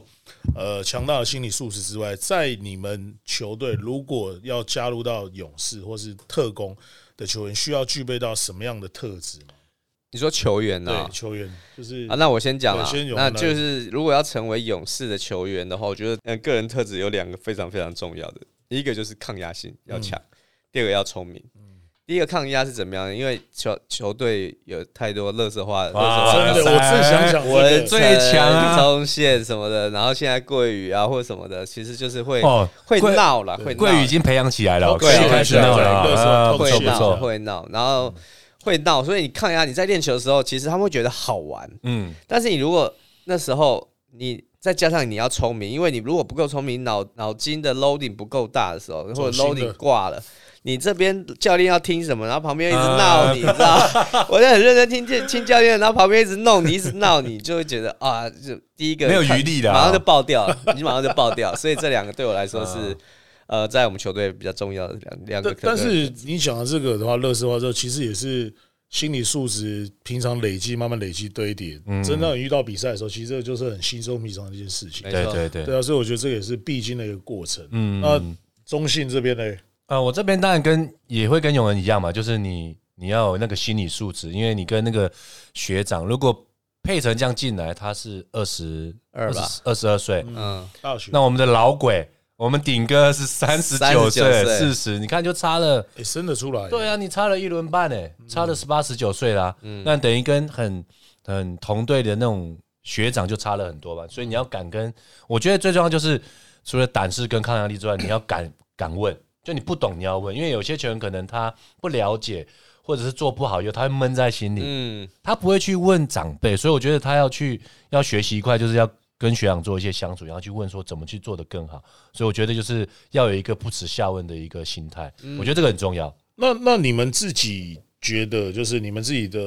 Speaker 2: 呃强大的心理素质之外，在你们球队如果要加入到勇士或是特工的球员，需要具备到什么样的特质吗？
Speaker 4: 你说球员呢、
Speaker 2: 对，球员就是
Speaker 4: 啊，那我先讲了
Speaker 2: 对先，勇
Speaker 4: 那
Speaker 2: 来
Speaker 4: 就是如果要成为勇士的球员的话，我觉得呃个人特质有两个非常非常重要的，一个就是抗压性要强，第二个要聪明。第一个抗压是怎么样呢？因为球球队有太多乐色化、乐
Speaker 3: 哇
Speaker 4: 色化
Speaker 2: 真的，我正想讲这个
Speaker 4: 我的
Speaker 3: 最强啊
Speaker 4: 中线什么的，然后现在桂宇啊或者什么的，其实就是会、
Speaker 3: 哦
Speaker 4: 会
Speaker 3: 桂
Speaker 4: 闹了，会闹
Speaker 3: 桂宇已经培养起来了，
Speaker 4: 桂宇
Speaker 3: 开始闹了
Speaker 2: 对
Speaker 3: 啊，不
Speaker 2: 对
Speaker 4: 会
Speaker 2: 对
Speaker 3: 错不
Speaker 4: 闹
Speaker 3: 错，
Speaker 4: 会闹，然后会闹，所以你抗压，你在练球的时候，其实他们会觉得好玩，
Speaker 3: 嗯，
Speaker 4: 但是你如果那时候你再加上你要聪明，因为你如果不够聪明，脑脑筋的 loading 不够大的时候，或
Speaker 2: 走
Speaker 4: 者
Speaker 2: 心了
Speaker 4: loading 挂了。你这边教练要听什么，然后旁边一直
Speaker 3: 啊
Speaker 4: 闹你，你知道？ 我在很认真听听听教练，然后旁边一直弄你，一直闹你，就会觉得啊，就第一个
Speaker 3: 没有
Speaker 4: 看
Speaker 3: 余地的啊
Speaker 4: 马上就爆掉了，你马上就爆掉。所以这两个对我来说是，
Speaker 3: 啊
Speaker 4: 呃，在我们球队比较重要的两两个
Speaker 2: 但但
Speaker 4: 可能。
Speaker 2: 是你讲的这个的话，乐视化之后，其实也是心理素质平常累积，慢慢累积堆叠。
Speaker 3: 嗯
Speaker 2: 真的遇到比赛的时候，其实这个就是很稀松平常的一件事情
Speaker 4: 没。
Speaker 3: 对
Speaker 4: 错
Speaker 3: 对对，
Speaker 2: 对啊，所以我觉得这个也是必经的一个过程。
Speaker 3: 嗯
Speaker 2: 那中信这边呢，
Speaker 3: 呃，我这边当然跟也会跟永恩一样嘛，就是你你要有那个心理素质，因为你跟那个学长，如果佩晨这样进来，他是二十
Speaker 4: 二吧，
Speaker 3: 二十二岁，
Speaker 4: 嗯，
Speaker 2: 大学
Speaker 3: 那我们的老鬼，我们顶哥是三十九
Speaker 4: 39
Speaker 3: 岁
Speaker 4: 岁
Speaker 3: 四十，你看就差了，
Speaker 2: 也生哎得出来。
Speaker 3: 对啊，你嗯差了一轮半诶，差了十八十九岁啦，那等于跟很很同队的那种学长就差了很多吧，所以你要敢跟，我觉得最重要就是除了胆识跟抗压力之外，你要敢敢问，就你不懂你要问，因为有些球员可能他不了解。或者是做不好，有他会闷在心里，
Speaker 4: 嗯，
Speaker 3: 他不会去问长辈，所以我觉得他要去要学习一块，就是要跟学长做一些相处，然后去问说怎么去做得更好。所以我觉得就是要有一个不耻下问的一个心态，我觉得这个很重要。
Speaker 2: 那那你们自己觉得，就是你们自己的，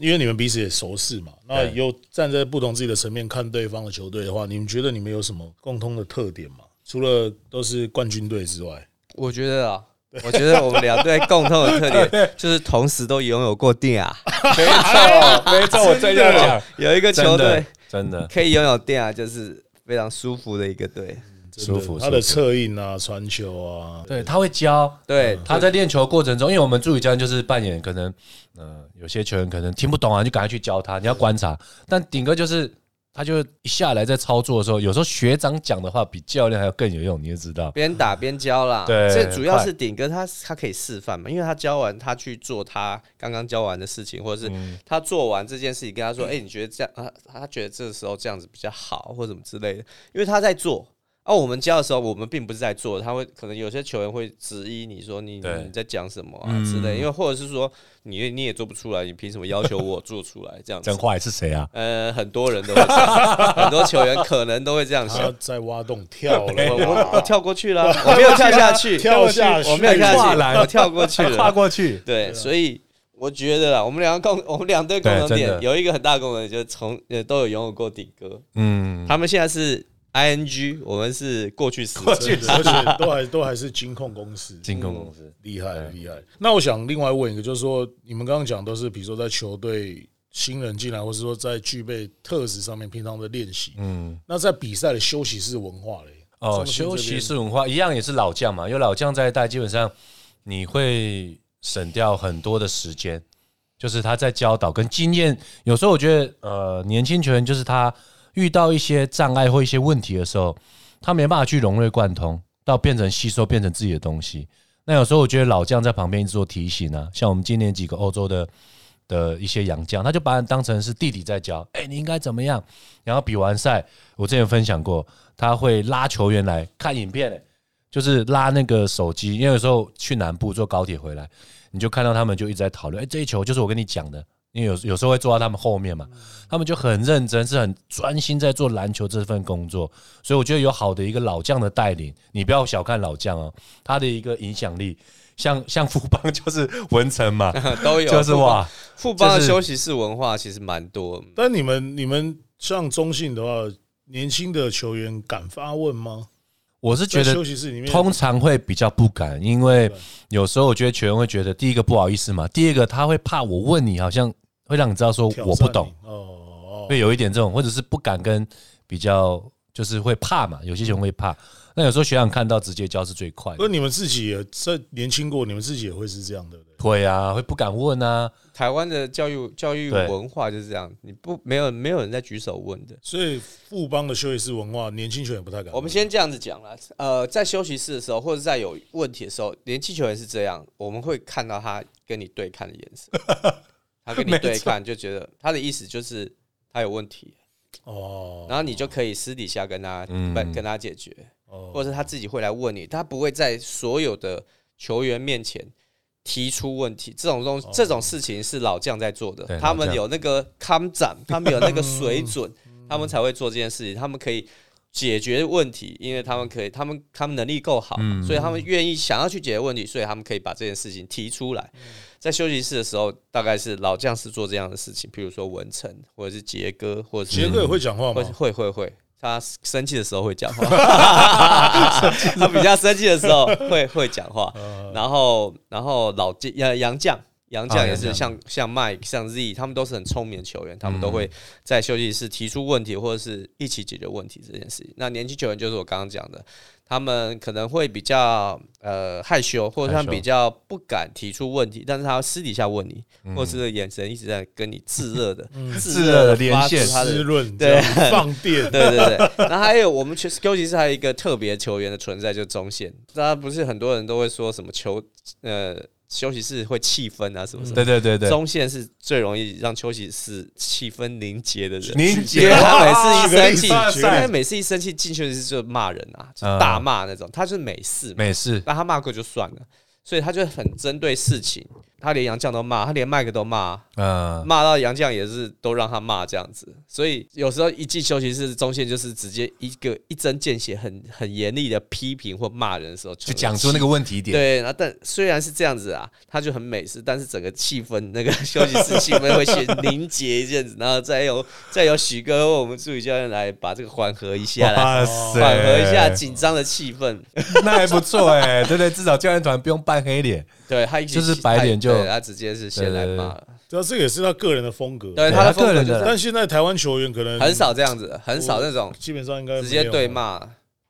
Speaker 2: 因为你们彼此也熟识嘛，那
Speaker 3: 对
Speaker 2: 有站在不同自己的层面看对方的球队的话，你们觉得你们有什么共通的特点吗？除了都是冠军队之外，
Speaker 4: 我觉得啊， 我觉得我们两队共同的 特点就是同时都拥有过电啊，
Speaker 3: 没错，没错，我正要讲，
Speaker 4: 有一个球
Speaker 3: 哎真的
Speaker 4: 队
Speaker 3: 真的
Speaker 4: 可以拥有电啊，就是非常舒服的一个队。
Speaker 2: 真的
Speaker 3: 舒服
Speaker 2: 他的
Speaker 3: 舒服
Speaker 2: 策应啊、传球啊，
Speaker 3: 对，他会教。
Speaker 4: 对，
Speaker 3: 他在练球的过程中，因为我们助理教练就是扮演可能，呃，有些球员可能听不懂啊，你就赶快去教他，你要观察。但顶哥就是，他就一下来在操作的时候，有时候学长讲的话比教练还要更有用，你就知道。
Speaker 4: 边打边教啦，
Speaker 3: 对
Speaker 4: 所以主要是顶哥他他可以示范嘛，因为他教完他去做他刚刚教完的事情，或者是
Speaker 3: 嗯
Speaker 4: 他做完这件事情，跟 他说，哎、你觉得这样啊？他觉得这时候这样子比较好，或什么之类的，因为他在做。啊，我们教的时候，我们并不是在做，他会可能有些球员会质疑你说你
Speaker 3: 对嗯
Speaker 4: 你在讲什么啊之类的，因为或者是说你你也做不出来，你凭什么要求我做出来这样
Speaker 3: 讲
Speaker 4: 子？
Speaker 3: 话也是谁啊？
Speaker 4: 呃，很多人都会这样 想，很多球员可能都会这样想
Speaker 2: 他。在挖洞跳
Speaker 3: 哎
Speaker 4: 我
Speaker 2: 了，
Speaker 4: 我我跳过 去了，我没有跳下去，
Speaker 2: 跳下去
Speaker 4: 我没有跳
Speaker 3: 跨
Speaker 4: 下
Speaker 3: 栏
Speaker 4: 去，我跳过去
Speaker 3: 跨
Speaker 4: 了。
Speaker 3: 过去，
Speaker 4: 对，所以我觉得啦，我们两个共，我 们两队共同
Speaker 3: 对真
Speaker 4: 点
Speaker 3: 的
Speaker 4: 有一个很大的共同点，就是从呃都有拥有过顶哥，
Speaker 3: 嗯，
Speaker 4: 他们现在是 ing，我们是过去式。
Speaker 2: 真的而且都还都还是金控公司，
Speaker 3: 进攻公司，
Speaker 2: 厉害厉害。那我想另外问一个，就是说你们刚刚讲都是比如说在球队新人进来，或是说在具备特质上面平常的练习。
Speaker 3: 嗯，
Speaker 2: 那在比赛的休息室文化嘞？
Speaker 3: 哦，
Speaker 2: 中信这
Speaker 3: 休
Speaker 2: 边
Speaker 3: 息室文化一样也是老将嘛，有老将在带，基本上你会省掉很多的时间，就是他在教导跟经验。有时候我觉得，呃，年轻球员就是他遇到一些障碍或一些问题的时候，他没办法去融会贯通，到变成吸收变成自己的东西。那有时候我觉得老将在旁边一直做提醒啊，像我们今年几个欧洲的的一些洋将，他就把你当成是弟弟在教，哎、你应该怎么样？然后比完赛，我之前分享过，他会拉球员来看影片、欸，就是拉那个手机，因为有时候去南部坐高铁回来，你就看到他们就一直在讨论，哎、这一球就是我跟你讲的，因为有有时候会坐到他们后面
Speaker 4: 嗯
Speaker 3: 嘛，他们就很认真，是很专心在做篮球这份工作，所以我觉得有好的一个老将的带领，你不要小看老将哦，他的一个影响力，像像富邦就是文成 嘛，
Speaker 4: 都有，
Speaker 3: 就是哇，
Speaker 4: 啊富邦的
Speaker 3: 就是
Speaker 4: 休息室文化其实蛮多，
Speaker 2: 但你们你们像中信的话，年轻的球员敢发问吗？
Speaker 3: 我是觉
Speaker 2: 在
Speaker 3: 得
Speaker 2: 休息室里面，
Speaker 3: 通常会比较不敢，因为
Speaker 2: 对
Speaker 3: 有时候我觉得球员会觉得，第一个不好意思嘛，第二个他会怕我问你，好像会让你知道说
Speaker 2: 挑战
Speaker 3: 我不懂，
Speaker 2: 你哦哦，
Speaker 3: 会有一点这种，或者是不敢跟比较，就是会怕嘛，有些球员会怕。那有时候学长看到直接教是最快
Speaker 2: 那
Speaker 3: 的，
Speaker 2: 你们自己也在年轻过，你们自己也会是这样，对不对？
Speaker 3: 会啊，会不敢问啊，
Speaker 4: 台湾的教育教育
Speaker 3: 对
Speaker 4: 文化就是这样，你不没有没有人在举手问的。
Speaker 2: 所以富邦的休息室文化，年轻球员不太敢问。
Speaker 4: 我们先这样子讲啦，呃，在休息室的时候，或者在有问题的时候，连气球员是这样，我们会看到他跟你对看的眼神，他跟你对看就觉得他的意思就是他有问题，
Speaker 2: 哦，
Speaker 4: 然后你就可以私底下跟他
Speaker 3: 嗯
Speaker 4: 跟跟他解决，
Speaker 2: 哦
Speaker 4: 或者是他自己会来问你，他不会在所有的球员面前提出问题。这种东这种事情是老将在做的
Speaker 3: 哦对，
Speaker 4: 他
Speaker 3: 老
Speaker 4: 们
Speaker 3: 将嗯
Speaker 4: 有那个康 展，他们有那个水准，他们才会做这件事情，他们可以。解决问题，因为他们可以，他们他们能力够好，
Speaker 3: 嗯
Speaker 4: 所以他们愿意想要去解决问题，所以他们可以把这件事情提出
Speaker 3: 嗯
Speaker 4: 来。在休息室的时候，大概是老将是做这样的事情，比如说文成或者是杰哥，或者是
Speaker 2: 杰哥也会讲话
Speaker 4: 会
Speaker 2: 吗？
Speaker 4: 会会会，他生气的时候会 讲话，他比较生气的时候会会讲 话。
Speaker 3: 哦
Speaker 4: 然后然后老将呃杨将杨
Speaker 3: 啊
Speaker 4: 将也
Speaker 3: 杨
Speaker 4: 是
Speaker 3: 绛
Speaker 4: 像像 Mike 像 Z 他们都是很聪明的球员，他们都
Speaker 3: 嗯
Speaker 4: 会在休息室提出问题或者是一起解决问题这件事情。那年轻球员就是我刚刚讲的，他们可能会比较呃害羞，或者他
Speaker 3: 害羞
Speaker 4: 们比较不敢提出问题，但是他私底下问你，或者是眼神一直在跟你炙热的
Speaker 3: 嗯炙热地
Speaker 4: 地
Speaker 3: 连
Speaker 4: 发出
Speaker 3: 线
Speaker 4: 他的
Speaker 2: 湿润，
Speaker 4: 对
Speaker 2: 对，放电，
Speaker 4: 对对对，然后还有我们其实尤其是还有一个特别球员的存在，就是中线。大家不是很多人都会说什么球呃休息室会气氛啊什么什么，
Speaker 3: 对对对对，
Speaker 4: 中线是最容易让休息室气氛凝结的人。
Speaker 3: 凝
Speaker 4: 因为
Speaker 3: 结
Speaker 4: 他每次一生气，
Speaker 2: 啊举个例子举个例
Speaker 4: 因
Speaker 2: 子
Speaker 4: 为每次一生气进休息室就骂人啊，就
Speaker 3: 嗯
Speaker 4: 大骂那种。他就是美式嘛，
Speaker 3: 没事，
Speaker 4: 那他骂过就算了，所以他就很针对事情，他连杨绛都骂，他连麦克都骂啊，
Speaker 3: 嗯，
Speaker 4: 骂到杨绛也是都让他骂这样子，所以有时候一进休息室，中线就是直接一个一针见血很、很严厉的批评或骂人的时候，
Speaker 3: 就讲出那个问题点，
Speaker 4: 对，然后但虽然是这样子啊，他就很美式，但是整个气氛那个 休息室气氛会先凝结一阵子，然后再由再由许哥或我们助理教练来把这个缓和一下来。
Speaker 3: 塞
Speaker 4: 缓和一下紧张的气氛，
Speaker 3: 那还不错哎、对对，至少教练团不用扮黑 脸，
Speaker 4: 对他一起
Speaker 3: 就是白脸就
Speaker 4: 对他直接是先来骂了，
Speaker 2: 对啊，这个也是他个人的风格。
Speaker 3: 对
Speaker 4: 对他的
Speaker 3: 他个
Speaker 4: 风格
Speaker 3: 人
Speaker 4: 就
Speaker 3: 的
Speaker 4: 是
Speaker 2: 但现在台湾球员可能
Speaker 4: 很，少这样子，很少那种
Speaker 2: 基本上应该
Speaker 4: 直接
Speaker 2: 没有啊
Speaker 4: 对，骂，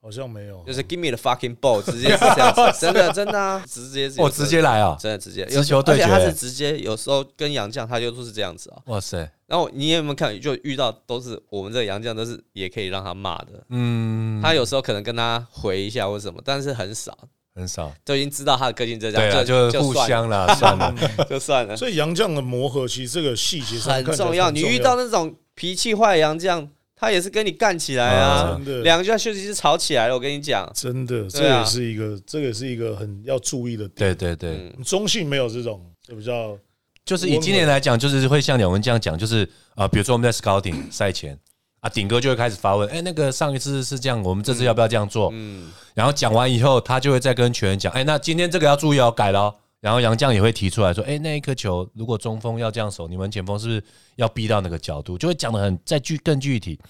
Speaker 2: 好像没有啊
Speaker 4: 就。是 give me the fucking ball，直接是这样 子，真的真的啊，直接是
Speaker 3: 我、直接来哦、
Speaker 4: 真的直接
Speaker 3: 直球对决
Speaker 4: 而且他是直接有时候跟杨绛他就是这样子啊、
Speaker 3: 哇塞，
Speaker 4: 然后你有没有看，就遇到都是我们这个杨绛都是也可以让他骂的，
Speaker 3: 嗯，
Speaker 4: 他有时候可能跟他回一下或什么，但是很少，
Speaker 3: 很少。
Speaker 4: 都已经知道他的个性这
Speaker 3: 对啊，
Speaker 4: 样，
Speaker 3: 就
Speaker 4: 就
Speaker 3: 互
Speaker 4: 算了
Speaker 3: 相啦， 算 了。
Speaker 4: 就算了，
Speaker 2: 所以杨绛的磨合，其实这个细节上看
Speaker 4: 很
Speaker 2: 起来
Speaker 4: 重要。
Speaker 2: 很
Speaker 4: 你遇到那种脾气坏的杨绛，他也是跟你干起来啊
Speaker 3: 啊，
Speaker 2: 真的
Speaker 4: 两个就在休息室吵起来了，我跟你讲，
Speaker 2: 真的，这
Speaker 4: 对啊
Speaker 2: 也是一个，这个也是一个很要注意的点。
Speaker 3: 对对对，
Speaker 4: 嗯。
Speaker 2: 中性没有这种，就比较
Speaker 3: 就是以今年来讲，就是会像两文这样讲，就是啊，比如说我们在 scouting 赛前啊，顶哥就会开始发问，哎，那个上一次是这样，我们这次要不要这样做？
Speaker 4: 嗯
Speaker 3: 然后讲完以后，他就会再跟球员讲，哎，那今天这个要注意哦，改了哦。然后杨绛也会提出来说，哎，那一颗球如果中锋要这样守，你们前锋是不是要逼到那个角度？就会讲的很再具更具体。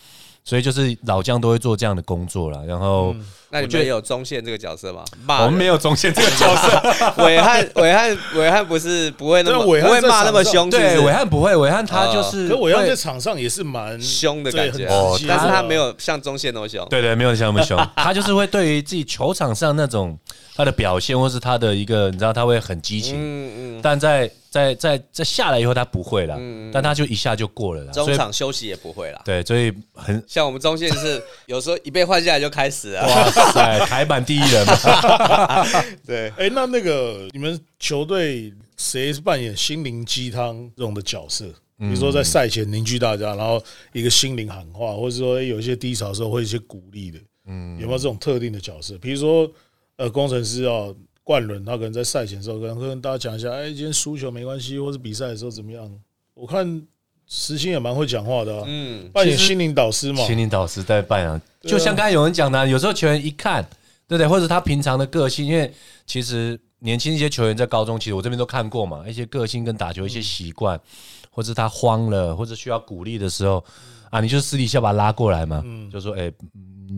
Speaker 3: 所以就是老将都会做这样的工作了。然后
Speaker 4: 那你
Speaker 3: 觉得
Speaker 4: 们有中线这个角色吗？
Speaker 3: 我
Speaker 4: 骂
Speaker 3: 们
Speaker 4: 人
Speaker 3: 没有中线这个角色，
Speaker 4: 伟汉，伟汉，伟汉不是不会那么
Speaker 2: 对啊
Speaker 4: 不
Speaker 2: 伟汉
Speaker 4: 会
Speaker 2: 在
Speaker 4: 骂
Speaker 2: 场
Speaker 4: 那么
Speaker 2: 上
Speaker 4: 凶，是不
Speaker 3: 对
Speaker 4: 是
Speaker 3: 伟汉不会，伟汉
Speaker 4: 啊
Speaker 3: 他就是
Speaker 2: 可我要
Speaker 3: 会
Speaker 2: 在场上也是蛮
Speaker 4: 凶的感觉
Speaker 2: 对
Speaker 4: 啊
Speaker 2: 很
Speaker 3: 哦
Speaker 2: 直接的
Speaker 4: 但是他没有像中线那么凶。
Speaker 2: 啊
Speaker 3: 对对，没有像那 么凶。他就是会对于自己球场上那种他的表现，或是他的一个，你知道他会很激情，
Speaker 4: 嗯嗯，嗯
Speaker 3: 但在在在在下来以后他不会了，但他就一下就过了啦。所
Speaker 4: 中
Speaker 3: 以
Speaker 4: 场休息也不会啦。
Speaker 3: 对，所以很
Speaker 4: 像我们中线 是有时候一被换下来就开始啊了。
Speaker 3: 哇塞，台版第一人嘛，
Speaker 4: 对，
Speaker 2: 哎、那那个你们球队谁是扮演心灵鸡汤这种的角色？比如说在赛前凝聚大家，然后一个心灵喊话，或者说哎诶有一些低潮的时候会一些鼓励的，嗯，有没有这种特定的角色？比如说呃，工程师哦，冠伦他可能在赛前的时候跟跟大家讲一下，哎、今天输球没关系，或是比赛的时候怎么样？我看石鑫也蛮会讲话的、啊，
Speaker 4: 嗯，
Speaker 2: 扮演心灵导师嘛，
Speaker 3: 心灵导师在扮演，
Speaker 2: 对啊
Speaker 3: 就像刚才有人讲的啊，有时候球员一看，对不对？或者他平常的个性，因为其实年轻一些球员在高中，其实我这边都看过嘛，一些个性跟打球一些习惯，
Speaker 2: 嗯
Speaker 3: 或者他慌了，或者需要鼓励的时候啊，你就私底下把他拉过来嘛，
Speaker 2: 嗯
Speaker 3: 就说哎、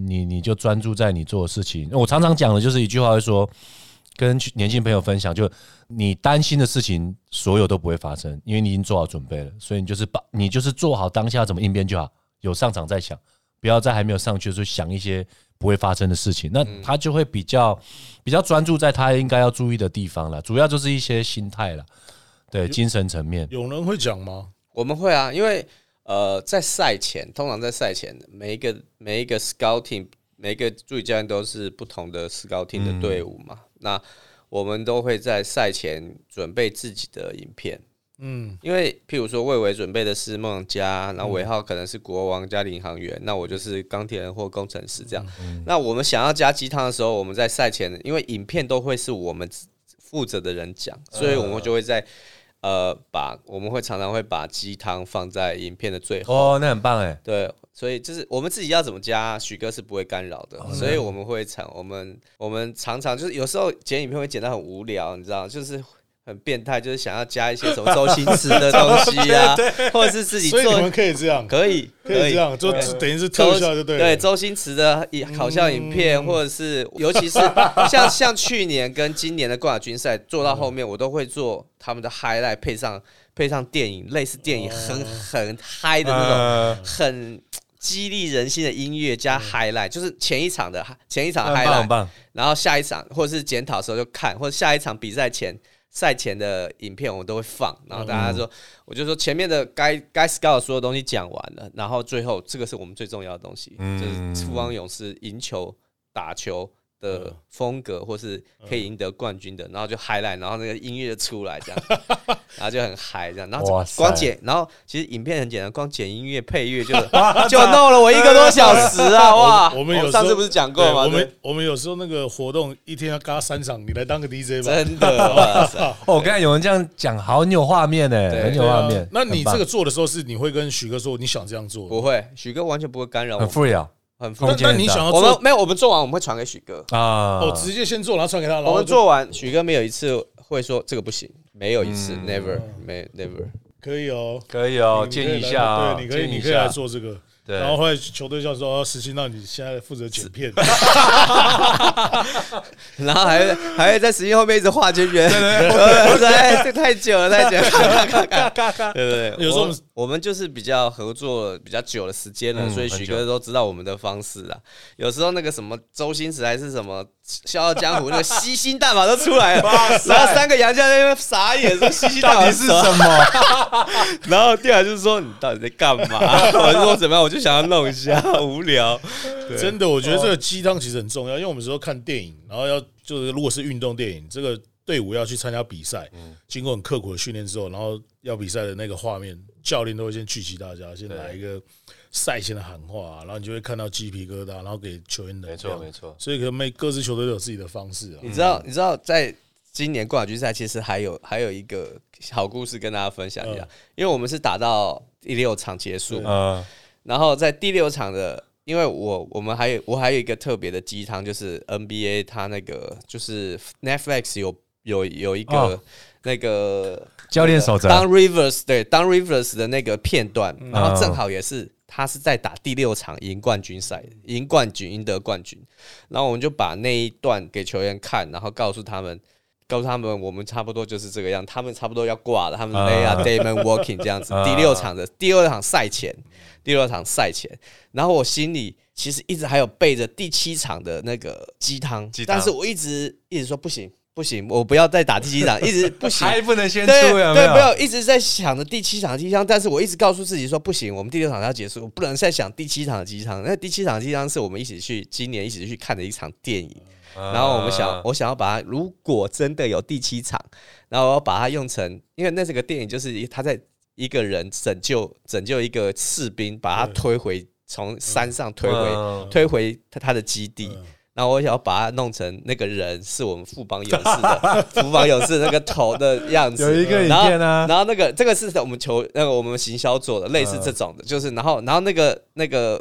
Speaker 3: 你你就专注在你做的事情。我常常讲的就是一句话，会说。跟年轻朋友分享，就你担心的事情，所有都不会发生，因为你已经做好准备了，所以你就是把你就是做好当下怎么应变就好，有上场再想，不要在还没有上去的时候想一些不会发生的事情，那他就会比较比较专注在他应该要注意的地方了，主要就是一些心态了，对精神层面，
Speaker 2: 有人会讲吗？
Speaker 4: 我们会啊，因为呃，在赛前，通常在赛前，每一个每一个 scouting，每一个助理教练都是不同的 scouting
Speaker 2: 嗯
Speaker 4: 的队伍嘛。那我们都会在赛前准备自己的影片，
Speaker 2: 嗯，
Speaker 4: 因为譬如说魏伟准备的是梦想家，然后尾号可能是国王加领航员，那我就是钢铁人或工程师这样。那我们想要加鸡汤的时候，我们在赛前，因为影片都会是我们负责的人讲，所以我们就会在。呃，把我们会常常会把鸡汤放在影片的最后，
Speaker 3: 哦，那很棒哎，
Speaker 4: 对，所以就是我们自己要怎么加，许哥是不会干扰
Speaker 2: 哦
Speaker 4: 的，所以我们会常我们我们常常就是有时候剪影片会剪到很无聊，你知道，就是。很变态，就是想要加一些什么周星驰的东西 啊，或者是自己
Speaker 2: 所以你们
Speaker 4: 做，
Speaker 2: 可以这样，
Speaker 4: 可以
Speaker 2: 可以这样，就等于是特效就对了。嗯
Speaker 4: 对周星驰的一好像影片，或者是尤其是像像去年跟今年的冠亚军赛做到后面，我都会做他们的 highlight 配上配上电影，类似电影很
Speaker 2: 哦
Speaker 4: 很嗨的那
Speaker 2: 呃
Speaker 4: 种，很激励人心的音乐加 highlight，就是前一场的前一场的
Speaker 3: 嗯很棒很
Speaker 4: highlight，
Speaker 3: 棒，
Speaker 4: 然后下一场或者是检讨的时候就看，或者下一场比赛前。赛前的影片我们都会放，然后大家说，
Speaker 2: 嗯
Speaker 4: 我就说前面的该该 scout 所有东西讲完了，然后最后这个是我们最重要的东西，
Speaker 3: 嗯
Speaker 4: 就是富邦勇士赢球、打球的风格，或是可以赢得冠军的，然后就 highlight，然后那个音乐就出来这样，
Speaker 2: 嗯
Speaker 4: 然后就很嗨这样，然后
Speaker 3: 哇塞
Speaker 4: 光剪，然后其实影片很简单，光剪音乐 配乐就就弄了我一个多小时啊，哇！
Speaker 2: 我们有时候
Speaker 4: 上次不是讲过
Speaker 2: 对
Speaker 4: 吗？
Speaker 2: 我
Speaker 4: 对
Speaker 2: 们我们有时候那个活动一天要嘎三场，你来当个 DJ 吧。
Speaker 4: 真的，哇塞！
Speaker 3: 哦，刚才有人这样讲，好很有画面哎，
Speaker 4: 对
Speaker 3: 很有
Speaker 2: 对
Speaker 3: 画
Speaker 2: 啊
Speaker 3: 面，
Speaker 2: 那你
Speaker 3: 很棒
Speaker 2: 这个做的时候，是你会跟许哥说你想这样做，
Speaker 4: 不会，许哥完全不会干扰我
Speaker 3: 很
Speaker 4: 们，
Speaker 3: free 啊
Speaker 4: 很
Speaker 3: 空
Speaker 4: 疯。
Speaker 2: 但
Speaker 3: 间
Speaker 2: 但你
Speaker 3: 很大
Speaker 2: 想要
Speaker 4: 我们
Speaker 2: 做，
Speaker 4: 没有，我们做完我们会传给许哥。
Speaker 3: 啊，
Speaker 2: 我直接先做，然后传给他，然
Speaker 4: 我
Speaker 2: 后
Speaker 4: 们
Speaker 2: 就
Speaker 4: 做完，许哥没有一次会说这个不行，没有一次，never，没
Speaker 2: 嗯
Speaker 4: never。
Speaker 2: 可以哦。
Speaker 3: 可以哦，
Speaker 2: 你可以
Speaker 3: 建议一
Speaker 2: 来
Speaker 3: 下啊，
Speaker 2: 对，你可以
Speaker 3: 建议
Speaker 2: 你
Speaker 3: 一
Speaker 2: 可以来
Speaker 3: 下，
Speaker 2: 做这个。
Speaker 3: 对
Speaker 2: 然后后来球队教练说，哦石鑫，那你现在负责剪 片，
Speaker 4: 然后还会还会在时间后面一直画圈圈，对对，这太久了，太久了，咔咔咔咔咔，对对。
Speaker 2: 有时候
Speaker 4: 我们我们就是比较合作了比较久的时间了，
Speaker 3: 嗯
Speaker 4: 所以许哥都知道我们的方式啊。有时候那个什么周星驰还是什么《笑傲江湖》那个吸星蛋法都出来了，然后三个杨家在那边傻眼，说吸星蛋法什么
Speaker 3: 么？
Speaker 4: 然后第二就是说你到底在干嘛？ 我就说怎么样，我就想要弄一下，无聊。
Speaker 2: 真的，我觉得这个鸡汤其实很重要，因为我们说看电影，然后要就是如果是运动电影，这个队伍要去参加比赛，
Speaker 4: 嗯
Speaker 2: 经过很刻苦的训练之后，然后要比赛的那个画面，教练都会先聚集大家，先来一个赛前的喊话、然后你就会看到鸡皮疙瘩，然后给球员能
Speaker 3: 没错
Speaker 2: 量。
Speaker 3: 没错，
Speaker 2: 所以可能每各支球队都有自己的方式啊。
Speaker 4: 你知道，你知道，在今年冠军赛其实还有还有一个好故事跟大家分享一下，因为我们是打到第六场结束，
Speaker 3: 嗯，
Speaker 4: 然后在第六场的，因为我我们还有我还有一个特别的鸡汤，就是 NBA 它那个就是 Netflix 有有有一个、
Speaker 3: 哦
Speaker 4: 那个
Speaker 3: 教练守则
Speaker 4: 当 Rivers 对当 Rivers 的那个片段，然后正好也是。他是在打第六场赢冠军赛，赢冠军，赢得冠军。然后我们就把那一段给球员看，然后告诉他们，告诉他们我们差不多就是这个样，他们差不多要挂了，他们
Speaker 3: 啊
Speaker 4: lay 啊 Damon Walking 这样 子
Speaker 3: 啊。
Speaker 4: 第六场的第二场赛前，第六场赛前，然后我心里其实一直还有备着第七场的那个鸡汤
Speaker 3: 鸡，汤
Speaker 4: 但是我一直一直说不行不行，我不要再打第七场，一直不行，
Speaker 3: 还不能先出
Speaker 4: 对
Speaker 3: 有没
Speaker 4: 对，不
Speaker 3: 有？
Speaker 4: 要一直在想着第七场的鸡汤，但是我一直告诉自己说不行，我们第六场要结束，我不能再想第七场的鸡汤。那第七场的鸡汤是我们一起去今年一起去看的一场电影，
Speaker 3: 嗯啊
Speaker 4: 然后我们想，我想要把它，如果真的有第七场，然后我要把它用成，因为那是个电影，就是一他在一个人拯救拯救一个士兵，把他推回从山上推回
Speaker 3: 嗯
Speaker 4: 推回他他的基地。然后我想要把它弄成那个人是我们富邦勇士的 富邦勇士那个头的样子，
Speaker 3: 有一个影
Speaker 4: 然后
Speaker 3: 片啊，
Speaker 4: 然后那个这个是我们球那个我们行销做的，类似这种
Speaker 3: 嗯
Speaker 4: 的，就是然后然后那个那个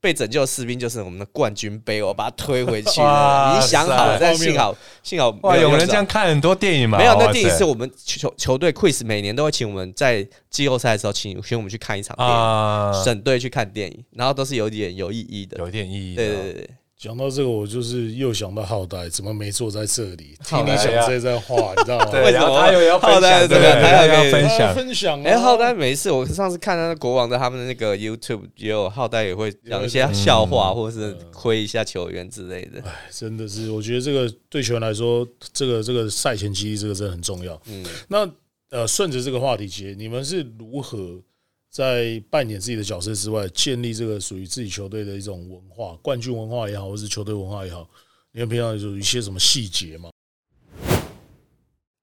Speaker 4: 被拯救的士兵就是我们的冠军杯，我把它推回去了。
Speaker 3: 哇
Speaker 4: 你想好了，
Speaker 3: 塞
Speaker 4: 但幸好幸好
Speaker 3: 哇，
Speaker 4: 没
Speaker 3: 有人
Speaker 4: 用
Speaker 3: 这
Speaker 4: 到
Speaker 3: 样看很多电影嘛？
Speaker 4: 没有，那
Speaker 3: 哇
Speaker 4: 第一
Speaker 3: 塞
Speaker 4: 次我们球球队 quiz 每年都会请我们在季后赛的时候请请我们去看一场电影，
Speaker 3: 啊，
Speaker 4: 整队去看电影，然后都是有点有意义的。
Speaker 3: 有一点意义的
Speaker 4: 对
Speaker 3: 哦。
Speaker 4: 对对对，
Speaker 2: 讲到这个，我就是又想到浩代，怎么没坐在这里？
Speaker 4: 浩
Speaker 2: 听
Speaker 4: 代
Speaker 2: 你讲这段话，你知道 吗？
Speaker 3: 哦对，
Speaker 4: 为什
Speaker 3: 然后
Speaker 4: 么
Speaker 3: 他又要分
Speaker 4: 浩
Speaker 3: 享，
Speaker 4: 代是
Speaker 3: 哦对
Speaker 4: 这
Speaker 3: 不
Speaker 4: 个
Speaker 3: 对，
Speaker 4: 他
Speaker 3: 他
Speaker 4: 要
Speaker 3: 要
Speaker 4: 给
Speaker 3: 分
Speaker 2: 啊
Speaker 3: 享。
Speaker 2: 分享啊。
Speaker 4: 哎、浩代每次我上次看那个国王的他们那个 YouTube 也有浩代也会讲一些笑话，或是亏一下球员之类的。
Speaker 2: 真的是，我觉得这个对球员来说，这个这个赛前激励这个真的很重要。
Speaker 4: 嗯，
Speaker 2: 那呃，顺着这个话题接，你们是如何在扮演自己的角色之外，建立这个属于自己球队的一种文化，冠军文化也好，或是球队文化也好？你们平常有一些什么细节吗？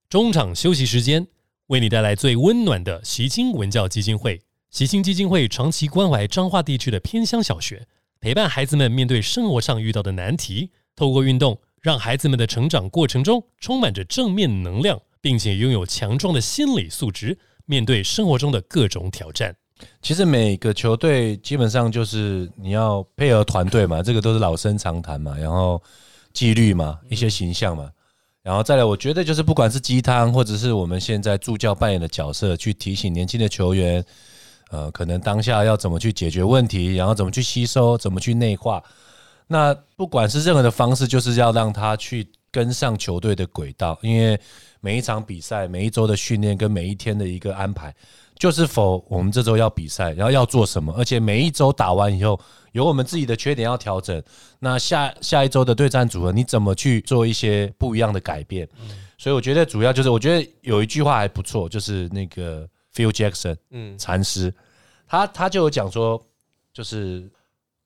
Speaker 1: 中场休息时间，为你带来最温暖的习清文教基金会。习清基金会长期关怀彰化地区的偏乡小学，陪伴孩子们面对生活上遇到的难题，透过运动，让孩子们的成长过程中充满着正面能量，并且拥有强壮的心理素质，面对生活中的各种挑战。
Speaker 3: 其实每个球队基本上就是你要配合团队嘛，这个都是老生常谈嘛，然后纪律嘛，一些形象嘛，然后再来，我觉得就是不管是鸡汤，或者是我们现在助教扮演的角色，去提醒年轻的球员，呃，可能当下要怎么去解决问题，然后怎么去吸收，怎么去内化。那不管是任何的方式，就是要让他去跟上球队的轨道，因为每一场比赛、每一周的训练跟每一天的一个安排，就是否我们这周要比赛，然后要做什么，而且每一周打完以后，有我们自己的缺点要调整。那下下一周的对战组合，你怎么去做一些不一样的改变？所以我觉得主要就是，我觉得有一句话还不错，就是那个 Phil Jackson，嗯，禅师，他他就有讲说，就是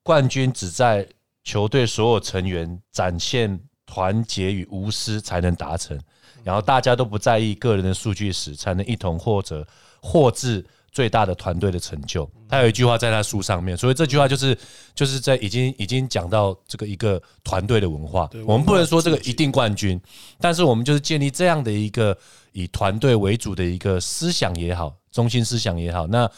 Speaker 3: 冠军只在球队所有成员展现团结与无私才能达成，然后大家都不在意个人的数据时，才能一同获得获致最大的团队的成就。他有一句话在他书上面，所以这句话就是就是在已经已经讲到这个一个团队的文化
Speaker 2: 对，
Speaker 3: 我们不能说这个
Speaker 2: 文化
Speaker 3: 一定冠军，但是我们就是建立这样的一个以团队为主的一个思想也好，中心思想也好，那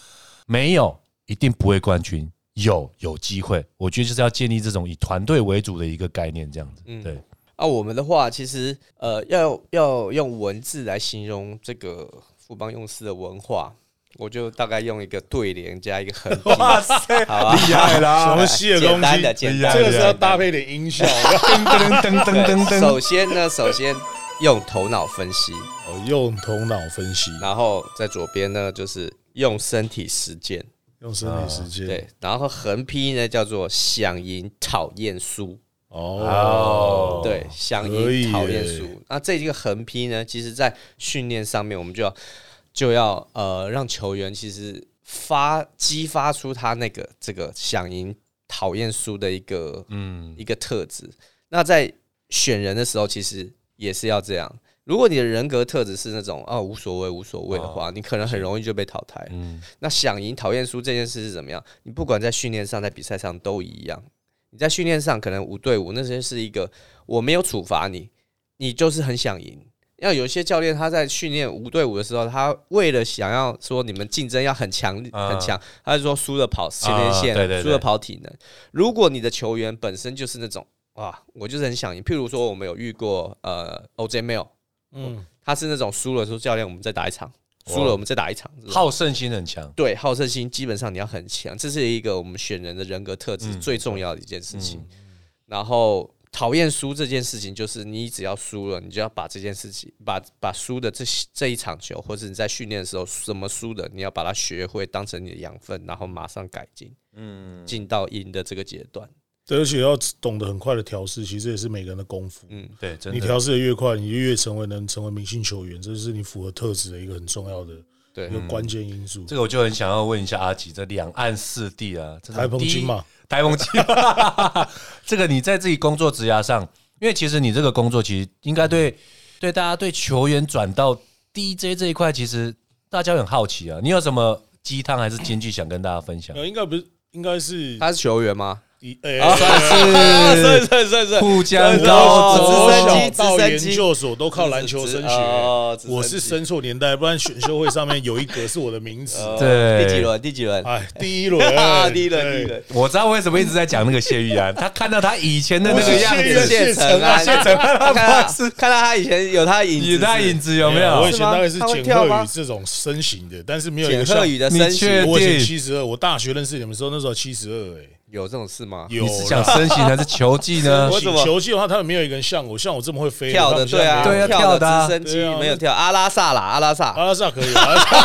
Speaker 3: 没有一定不会冠军，有有机会，我觉得就是要建立这种以团队为主的一个概念，这样子，对，
Speaker 4: 啊，我们的话其实呃，要要用文字来形容这个富邦用士的文化，我就大概用一个对联加一个横批，好
Speaker 3: 塞，
Speaker 4: 吧？
Speaker 3: 害
Speaker 2: 什
Speaker 3: 啦
Speaker 2: 么细的
Speaker 4: 简
Speaker 2: 东
Speaker 4: 单的，
Speaker 2: 西？
Speaker 4: 简
Speaker 3: 厉害
Speaker 4: 单
Speaker 2: 这
Speaker 4: 的。
Speaker 2: 个是要搭配点音效，
Speaker 3: 噔噔噔噔噔
Speaker 4: 对，
Speaker 3: 噔，
Speaker 4: 首先呢，首先用头脑分析，
Speaker 2: 哦用头脑分析，
Speaker 4: 然后在左边呢就是用身体实践，
Speaker 2: 用身体时间。
Speaker 4: 对，然后横批呢叫做想赢讨厌输，
Speaker 2: 哦，
Speaker 4: 对，想
Speaker 2: 可以
Speaker 4: 赢讨厌
Speaker 2: 耶
Speaker 4: 输。那这一个横批呢，其实在训练上面，我们就要就要呃让球员其实发激发出他那个这个想赢讨厌输的一个
Speaker 3: 嗯，
Speaker 4: 一个特质。那在选人的时候，其实也是要这样。如果你的人格特质是那种啊无所谓无所谓的
Speaker 2: 哦
Speaker 4: 话，你可能很容易就被淘汰。
Speaker 3: 嗯
Speaker 4: 那想赢讨厌输这件事是怎么样？你不管在训练上，在比赛上都一样。你在训练上可能五对五，那些是一个我没有处罚你，你就是很想赢。要有些教练他在训练五对五的时候，他为了想要说你们竞争要很强
Speaker 3: 啊
Speaker 4: 很强，他就说输了跑前列
Speaker 3: 啊对对对
Speaker 4: 腺，输了跑体能。如果你的球员本身就是那种哇，我就是很想赢，譬如说我们有遇过呃 OJ Mail，
Speaker 2: 嗯，
Speaker 4: 他是那种输了说教练我们再打一场，输了我们再打一场。这种
Speaker 3: 好胜心很强。
Speaker 4: 对好胜心基本上你要很强，这是一个我们选人的人格特质最重要的一件事情。然后讨厌输这件事情，就是你只要输了，你就要把这件事情，把把输的这这一场球，或者你在训练的时候怎么输的，你要把它学会当成你的养分，然后马上改进，嗯，进到赢的这个阶段。
Speaker 2: 对，而且要懂得很快的调试，其实也是每个人的功夫。
Speaker 3: 对，真
Speaker 2: 你
Speaker 3: 的
Speaker 2: 调试的越快，你就越成为能成为明星球员，这是你符合特质的一个很重要的一
Speaker 4: 对
Speaker 2: 个关键因素。
Speaker 3: 这个我就很想要问一下阿吉，这两岸四地啊，这种
Speaker 2: 台澎金马
Speaker 3: 低，台风金马， 这个你在自己工作职涯上，因为其实你这个工作其实应该对对大家对球员转到 DJ 这一块，其实大家很好奇啊，你有什么鸡汤还是金句想跟大家分享？
Speaker 2: 呃，应该不是，应该是
Speaker 4: 他是球员吗？啊
Speaker 2: 以哎，
Speaker 3: 是
Speaker 4: 是是是 是
Speaker 3: 互相
Speaker 2: 从
Speaker 4: 高职
Speaker 3: 高
Speaker 4: 直升
Speaker 2: 小
Speaker 4: 机
Speaker 2: 到
Speaker 4: 直升
Speaker 2: 研
Speaker 4: 机
Speaker 2: 究所都靠篮球升
Speaker 4: 直
Speaker 2: 学。
Speaker 4: 哦直升机
Speaker 2: 我是生错年代，不然选秀会上面有一格是我的名字。
Speaker 4: 哦
Speaker 3: 对
Speaker 4: 第几轮？第几 轮？，
Speaker 2: 哎，第一轮
Speaker 4: 第一轮，
Speaker 2: 对
Speaker 4: 第一轮。
Speaker 3: 我知道为什么一直在讲那个谢玉安，他看到他以前的那
Speaker 2: 不
Speaker 3: 个
Speaker 2: 是
Speaker 3: 样
Speaker 2: 谢玉
Speaker 3: 子
Speaker 2: 安，
Speaker 4: 谢
Speaker 2: 谢
Speaker 4: 成啊，
Speaker 3: 谢成啊
Speaker 4: 看
Speaker 3: 他
Speaker 4: 到
Speaker 3: 不是
Speaker 4: 看到他以前有他的影子，
Speaker 3: 你那影子有没
Speaker 2: 我以
Speaker 3: 有？
Speaker 2: 前大概是
Speaker 4: 是吗
Speaker 2: 简
Speaker 4: 他会跳
Speaker 2: 鹤
Speaker 4: 吗
Speaker 2: 宇这种身形的，但是没有一
Speaker 4: 简
Speaker 2: 个
Speaker 4: 鹤
Speaker 2: 像
Speaker 4: 宇的
Speaker 3: 你
Speaker 4: 身
Speaker 3: 确
Speaker 4: 形
Speaker 3: 定
Speaker 2: 我以前七十二，我大学认识你们的时候，那时候七十二，哎，
Speaker 4: 有这种事吗？
Speaker 2: 有
Speaker 3: 你是想
Speaker 2: 啦
Speaker 3: 身形还是球技呢？
Speaker 4: 我怎么
Speaker 2: 球技的话，他们没有一个人像我，像我这么会飞
Speaker 4: 跳的对啊，
Speaker 3: 对啊跳
Speaker 4: 跳
Speaker 3: 的啊
Speaker 4: 直升机
Speaker 2: 对啊
Speaker 4: 没有跳阿拉萨啦，阿拉萨，
Speaker 2: 阿拉萨可 以，阿拉萨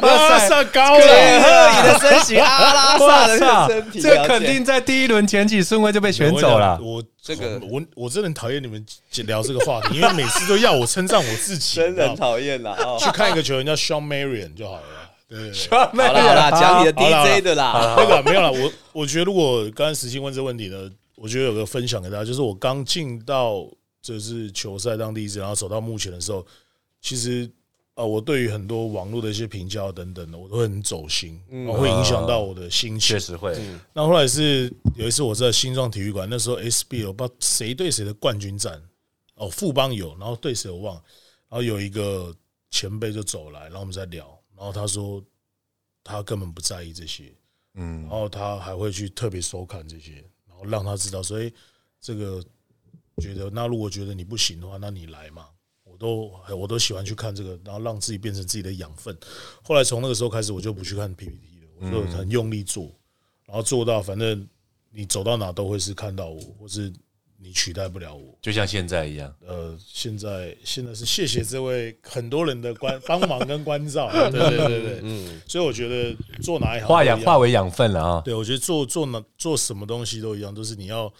Speaker 2: 阿拉萨高啊
Speaker 4: 对，
Speaker 2: 了，
Speaker 4: 赫你的身形，阿拉萨
Speaker 3: 哇
Speaker 4: 的那
Speaker 3: 塞
Speaker 4: 个身体，
Speaker 3: 这
Speaker 4: 了解
Speaker 3: 肯定在第一轮前几顺位就被选走了。
Speaker 2: 我
Speaker 4: 这个
Speaker 2: 我我真的很讨厌你们聊这个话题，因为每次都要我称赞我自己，
Speaker 4: 真
Speaker 2: 你知
Speaker 4: 的
Speaker 2: 道
Speaker 4: 很
Speaker 2: 吗
Speaker 4: 讨厌啦。哦
Speaker 2: 去看一个球员叫 Sean Marion 就好了。对，
Speaker 4: 好啦好啦，讲你的
Speaker 2: 好啦好啦
Speaker 4: DJ 的啦，
Speaker 2: 那个没有了。我我觉得，如果刚才石鑫问这个问题呢，我觉得有个分享给大家，就是我刚进到就是球赛当第一支，然后走到目前的时候，其实呃，我对于很多网络的一些评价等等的，我都会很走心，然后会影响到我的心情
Speaker 3: 确。实会，
Speaker 2: 那后来是有一次我在新庄体育馆，那时候 SBL 不知道谁对谁的冠军战，哦，富邦有，然后对谁我忘了，然后有一个前辈就走来，然后我们在聊，然后他说他根本不在意这些，嗯，然后他还会去特别收看这些，然后让他知道，所以这个觉得那如果觉得你不行的话，那你来嘛。我都我都喜欢去看这个，然后让自己变成自己的养分。后来从那个时候开始，我就不去看 PPT 了，我就很用力做。然后做到，反正你走到哪都会是看到我，或是你取代不了我。
Speaker 3: 就像现在一
Speaker 4: 嗯
Speaker 3: 样。
Speaker 2: 呃，现在现在是谢谢这位很多人的关帮忙跟关照， 对对对对，嗯，所以我觉得做哪一行
Speaker 3: 化
Speaker 2: 都一
Speaker 3: 养
Speaker 2: 样
Speaker 3: 化，为养分了啊！
Speaker 2: 对我觉得做做哪做什么东西都一样，就是你要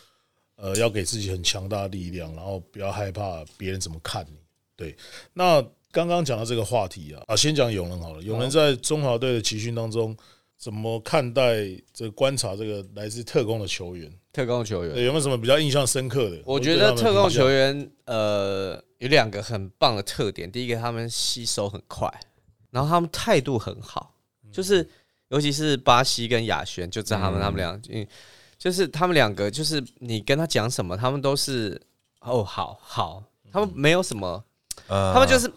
Speaker 2: 呃要给自己很强大的力量，然后不要害怕别人怎么看你。对，那刚刚讲到这个话题啊，啊，先讲永仁好了，永仁在中华队的集训当中。怎么看待这观察这个来自特工的球员？
Speaker 4: 特工球员
Speaker 2: 对，。有没有什么比较印象深刻的？
Speaker 4: 我觉得特工球
Speaker 2: 员
Speaker 4: 员呃有两个很棒的特点，第一个他们吸收很快，然后他们态度很好，
Speaker 3: 嗯
Speaker 4: 就是尤其是巴西跟亚轩，就在他们他们俩，嗯，就是他们两个，就是你跟他讲什么，他们都是哦好好，他们没有什么，
Speaker 3: 嗯呃
Speaker 4: 他们就是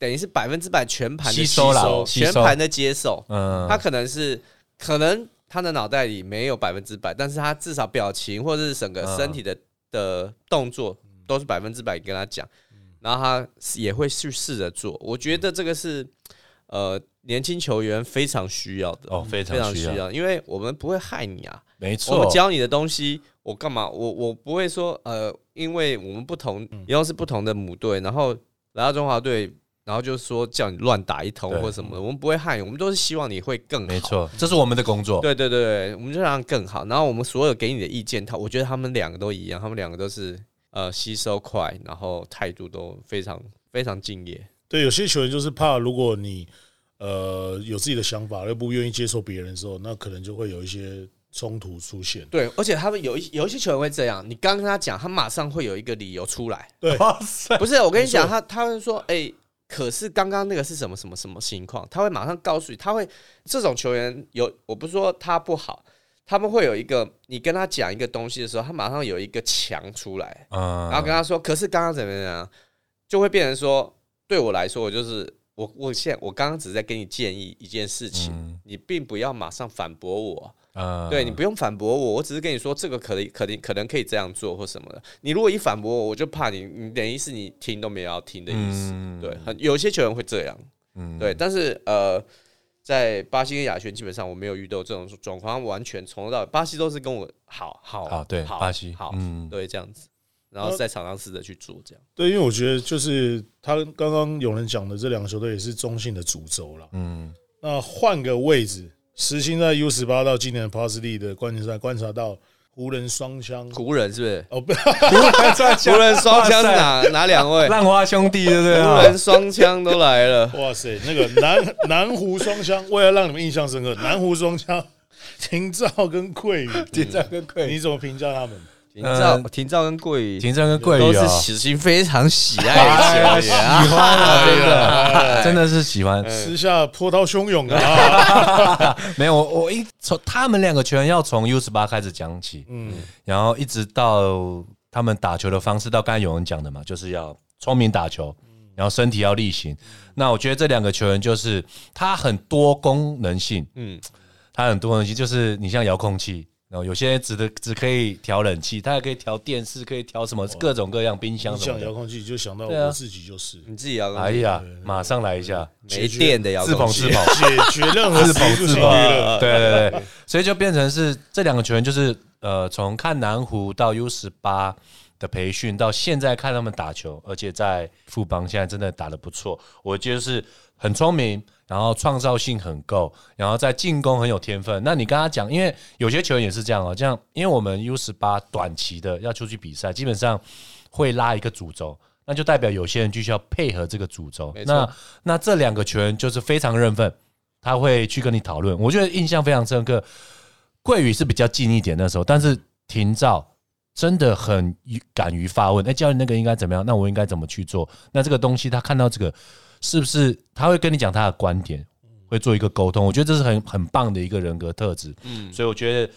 Speaker 4: 等于是百分之百全盘
Speaker 3: 吸
Speaker 4: 的
Speaker 3: 收啦吸收
Speaker 4: 全盘的接受，
Speaker 3: 嗯
Speaker 4: 他可能是可能他的脑袋里没有百分之百，但是他至少表情或者是整个
Speaker 3: 嗯
Speaker 4: 身体的、的动作都是百分之百跟他讲，然后他也会去试着做。我觉得这个是呃年轻球员非常需要的，
Speaker 3: 哦非常
Speaker 4: 嗯非常需
Speaker 3: 需要
Speaker 4: 要，因为我们不会害你啊，
Speaker 3: 没
Speaker 4: 我
Speaker 3: 错
Speaker 4: 们，教你的东西，我干嘛？我我不会说呃，因为我们不同，
Speaker 3: 嗯
Speaker 4: 一样是不同的母队，然后来到中华队，然后就说叫你乱打一通
Speaker 3: 对
Speaker 4: 或什么，我们不会害你，我们都是希望你会更好。
Speaker 3: 没，错，这是我们的工作。
Speaker 4: 对对对对，我们就让它更好。然后我们所有给你的意见，他我觉得他们两个都一样，他们两个都是呃吸收快，然后态度都非常非常敬业。
Speaker 2: 对有些球员就是怕，如果你呃有自己的想法，又不愿意接受别人的时候，那可能就会有一些冲突出现。
Speaker 4: 对，而且他们有一有一些球员会这样，你刚跟他讲，他马上会有一个理由出来。
Speaker 2: 对
Speaker 3: 哇 塞，
Speaker 4: 不是，我跟你讲，
Speaker 2: 没
Speaker 4: 他他会说，哎、可是刚刚那个是什么什么什么情况？他会马上告诉你，他会这种球员有，我不是说他不好，他们会有一个，你跟他讲一个东西的时候，他马上有一个墙出来，然后
Speaker 3: 嗯，
Speaker 4: 跟他说，可是刚刚怎么样怎么样，就会变成说，对我来说，我就是我，我现在我刚刚只是在给你建议一件事情，
Speaker 3: 嗯
Speaker 4: 你并不要马上反驳我，
Speaker 3: 呃
Speaker 4: 对你不用反驳我，我只是跟你说这个可能可能可能可以这样做或什么的。你如果一反驳我，我就怕你，你等于是你听都没有要听的意思。
Speaker 3: 嗯
Speaker 4: 对，很有些球员会这样，
Speaker 3: 嗯，
Speaker 4: 对，但是呃，在巴西跟亚轩基本上我没有遇到这种状况，他们完全从头到尾，巴西都是跟我好好
Speaker 3: 好，啊对，
Speaker 4: 好
Speaker 3: 巴西，
Speaker 4: 好，
Speaker 3: 嗯，
Speaker 4: 对，这样子，然后在场上试着去做这样。
Speaker 2: 对，因为我觉得就是他刚刚有人讲的这两个球队也是中性的主轴了。
Speaker 3: 嗯，
Speaker 2: 那换个位置，石兴在 U 十八到今年的 p a s l e 的冠军赛观察到湖人双枪，
Speaker 4: 湖人是不是？
Speaker 2: 哦不，
Speaker 3: 啊
Speaker 4: 湖人双枪是哪哪两位？
Speaker 3: 浪花兄弟，对不对
Speaker 4: 湖
Speaker 3: 啊？
Speaker 4: 人双枪都 来了，
Speaker 3: 嗯
Speaker 2: 哇塞，那个南南湖双枪，为了让你们印象深刻，南湖双枪廷照跟 桂宇，
Speaker 3: 廷照跟桂
Speaker 2: 你怎么评价 他们？
Speaker 4: 廷照、廷照跟桂宇
Speaker 3: 廷正跟桂
Speaker 4: 都
Speaker 3: 宇
Speaker 4: 是
Speaker 3: 啊，
Speaker 4: 喜新非常喜
Speaker 3: 哎
Speaker 4: 爱的球员啊，
Speaker 3: 喜欢啊，真的，
Speaker 2: 哎
Speaker 3: 真的是喜欢。
Speaker 2: 私下波涛汹涌 啊！
Speaker 3: 没有，我我一从他们两个球员要从 U 十八开始讲起，
Speaker 2: 嗯，
Speaker 3: 然后一直到他们打球的方式，到刚才有人讲的嘛，就是要聪明打球，
Speaker 2: 嗯
Speaker 3: 然后身体要力行。那我觉得这两个球员就是他很多功能性，
Speaker 4: 嗯，
Speaker 3: 它很多东西，就是你像遥控器，然后有些只的只可以调冷气，它还可以调电视，可以调什么各种各样冰箱
Speaker 2: 你
Speaker 3: 什么
Speaker 2: 讲
Speaker 3: 的
Speaker 2: 遥。控器就想到
Speaker 3: 对啊
Speaker 2: 我自己就是
Speaker 4: 你自己要
Speaker 3: 哎
Speaker 4: 跟
Speaker 3: 呀，马上来一下，
Speaker 4: 没电的要
Speaker 3: 自
Speaker 4: 跟
Speaker 3: 捧
Speaker 4: 谁
Speaker 3: 自捧，
Speaker 2: 解决任何
Speaker 3: 自
Speaker 2: 事
Speaker 3: 捧
Speaker 2: 情
Speaker 3: 自捧
Speaker 2: 了。，
Speaker 3: 对对对，所以就变成是这两个球员，就是呃，从看南湖到 U 十八的培训，到现在看他们打球，而且在富邦现在真的打得不错，我觉得是很聪明，然后创造性很够，然后在进攻很有天分。那你跟他讲，因为有些球员也是这样哦，这样因为我们 U 十八短期的要出去比赛，基本上会拉一个主轴。那就代表有些人就需要配合这个主轴
Speaker 4: 没。错
Speaker 3: 那那这两个球员就是非常认份，他会去跟你讨论。我觉得印象非常深刻，桂宇是比较近一点那时候，但是廷照真的很敢于发问。哎、教练那个应该怎么样？那我应该怎么去做？那这个东西他看到这个是不是他会跟你讲他的观点，会做一个沟通？我觉得这是很很棒的一个人格特质。
Speaker 4: 嗯，
Speaker 3: 所以我觉得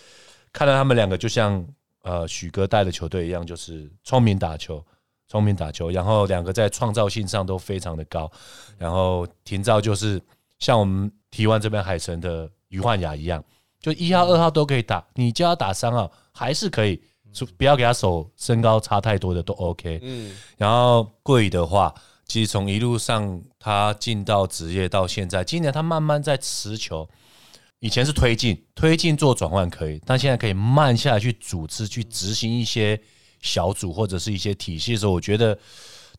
Speaker 3: 看到他们两个就像呃许哥带的球队一样，就是聪明打球，聪明打球，然后两个在创造性上都非常的高，然后廷照就是像我们提湾这边海神的于焕雅一样，就一号、二号都可以打，你叫他打三号还是可以，就不要给他手身高差太多的都 OK。
Speaker 4: 嗯，
Speaker 3: 然后桂宇的话，其实从一路上他进到职业到现在，今年他慢慢在持球，以前是推进，推进做转换可以，但现在可以慢下来去组织、去执行一些小组或者是一些体系的时候，我觉得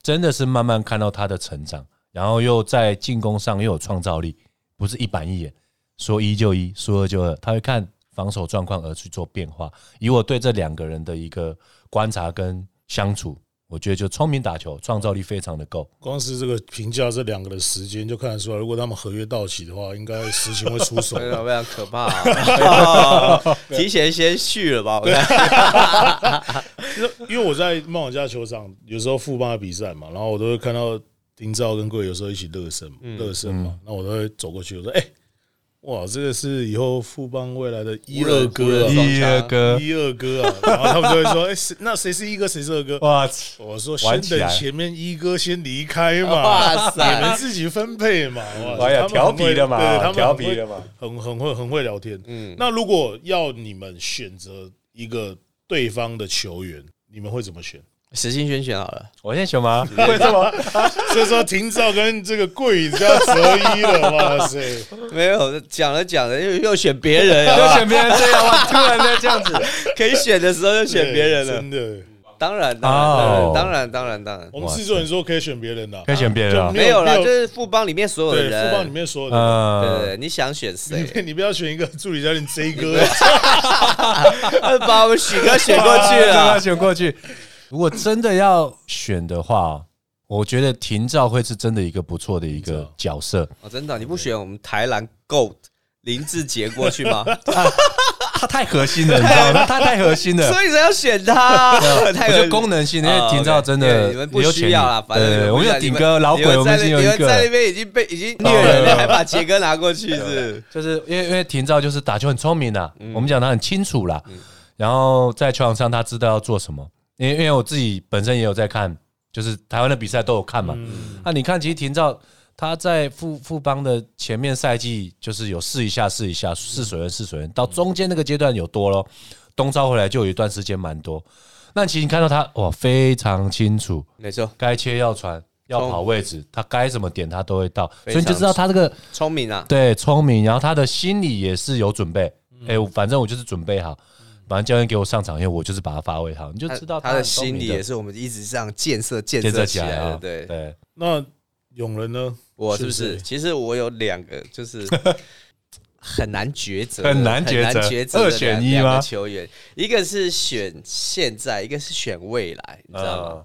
Speaker 3: 真的是慢慢看到他的成长，然后又在进攻上又有创造力，不是一板一眼，说一就一，说二就二，他会看防守状况而去做变化。以我对这两个人的一个观察跟相处，我觉得就聪明打球，创造力非常的够。
Speaker 2: 光是这个评价这两个的时间就看得出来，如果他们合约到期的话，应该实情会出 手。
Speaker 4: 非常非常可怕啊，提前先续了吧，我看，
Speaker 2: 因为我在梦想家球场，有时候富邦的比赛嘛，然后我都会看到丁兆跟贵有时候一起热身嘛，
Speaker 3: 嗯
Speaker 2: 热身嘛，那我都会走过去，我说：“哎、哇，这个是以后富邦未来的一二哥
Speaker 4: 湖人
Speaker 2: 啊，
Speaker 4: 一二
Speaker 3: 哥，
Speaker 2: 一二哥啊。” 然后他们就会说：“哎、谁那谁是一哥，谁是二哥
Speaker 3: 哇，？”
Speaker 2: 我说：“
Speaker 3: 玩
Speaker 2: 先
Speaker 3: 起来
Speaker 2: 等前面一哥先离开 嘛。”
Speaker 4: 哇
Speaker 2: 你们
Speaker 4: 塞，
Speaker 2: 自己分配嘛，哇
Speaker 3: 哎呀，
Speaker 2: 他们
Speaker 3: 调
Speaker 2: 很会
Speaker 3: 皮的嘛
Speaker 2: 对他，们
Speaker 3: 调
Speaker 2: 很
Speaker 3: 皮
Speaker 2: 会
Speaker 3: 的嘛，
Speaker 2: 很很会很会聊天。
Speaker 4: 嗯，
Speaker 2: 那如果要你们选择一个对方的球员，你们会怎么选？
Speaker 4: 实心选选好了，
Speaker 3: 我先选吗？为什么？
Speaker 2: 所以说廷照跟这个桂宇就要择一了， 哇塞！
Speaker 4: 没有讲了讲了，又又选别人
Speaker 3: 就
Speaker 4: 啊，
Speaker 3: 选别人这样吗？ 突然在这样子，
Speaker 4: 可以选的时候就选别人了
Speaker 2: 真，的。
Speaker 4: 当然
Speaker 3: 哦
Speaker 4: 当然当然当然当然
Speaker 2: 我们制作人说可以选别人的，
Speaker 3: 可以选别人啊
Speaker 2: 就。
Speaker 4: 没有啦，
Speaker 2: 没有
Speaker 4: 就是富邦里面所有的
Speaker 2: 对，
Speaker 4: 人，
Speaker 2: 富邦里面所有的人。
Speaker 4: 对对
Speaker 3: 呃，
Speaker 4: 对，你想选 谁？
Speaker 2: 你你不要选一个助理教练 J 哥，
Speaker 4: 啊把我们许哥选过 去
Speaker 3: 啊
Speaker 4: 了。
Speaker 3: 选过去。如果真的要选的话，我觉得廷照会是真的一个不错的一
Speaker 2: 廷
Speaker 3: 个
Speaker 2: 照
Speaker 3: 角色。
Speaker 4: 哦，真的，你不选我们台南 GOAT 林志杰过去 吗？
Speaker 3: 他太核心了，你知道吗？他太核心了。
Speaker 4: 所以才要选他。
Speaker 3: 啊我
Speaker 4: 太
Speaker 3: 觉
Speaker 4: 有
Speaker 3: 得功能性，因为
Speaker 4: 哦
Speaker 3: 廷照
Speaker 4: OK，
Speaker 3: 真的
Speaker 4: 对你们不
Speaker 3: 也有
Speaker 4: 需
Speaker 3: 潜力
Speaker 4: 要啦，反正
Speaker 3: 对
Speaker 4: 你
Speaker 3: 对对
Speaker 4: 们不
Speaker 3: 我们
Speaker 4: 需要
Speaker 3: 有顶哥老
Speaker 4: 你们
Speaker 3: 鬼，我
Speaker 4: 在
Speaker 3: 们已
Speaker 4: 那
Speaker 3: 经有
Speaker 4: 你
Speaker 3: 一
Speaker 4: 们
Speaker 3: 个，哦
Speaker 4: 在那
Speaker 3: 啊
Speaker 4: 边已经被已经虐人了，还把杰哥拿过去是不是？
Speaker 3: 就是因为因为廷照就是打球很聪明啦，
Speaker 4: 嗯
Speaker 3: 我们讲他很清楚啦，然后在球场上他知道要做什么，因为因为我自己本身也有在看，就是台湾的比赛都有看嘛，
Speaker 4: 嗯
Speaker 3: 那你看，其实廷照他在富富邦的前面赛季就是有试一下试一下
Speaker 4: 嗯
Speaker 3: 试水温试水温，到中间那个阶段有多咯，东招回来就有一段时间蛮多。那其实你看到他哇，非常清楚
Speaker 4: 没错，
Speaker 3: 该切要传，要跑位置，他该怎么点他都会到，
Speaker 4: 非
Speaker 3: 所以你就
Speaker 4: 常
Speaker 3: 知道他这个
Speaker 4: 聪明啊，
Speaker 3: 对聪明，然后他的心里也是有准备。
Speaker 4: 嗯
Speaker 3: 哎、我反正我就是准备好，反正教练给我上场，因为我就是把他发挥好，你就
Speaker 4: 他
Speaker 3: 知道
Speaker 4: 嗯他
Speaker 3: 很
Speaker 4: 的
Speaker 3: 聪
Speaker 4: 心
Speaker 3: 明
Speaker 4: 理也是我们一直这样建设建
Speaker 3: 建设
Speaker 4: 起
Speaker 3: 起来
Speaker 4: 的。
Speaker 3: 啊，
Speaker 4: 对，
Speaker 3: 对，
Speaker 2: 那永仁呢？
Speaker 4: 我是不
Speaker 2: 是
Speaker 4: 是？
Speaker 2: 是
Speaker 4: 其实我有两个，就是 很难抉择的，
Speaker 3: 很难抉择
Speaker 4: 很难抉择的
Speaker 3: 二选一
Speaker 4: 两
Speaker 3: 吗
Speaker 4: 两个球员，一个是选现在，一个是选未来，你知道吗？
Speaker 3: 嗯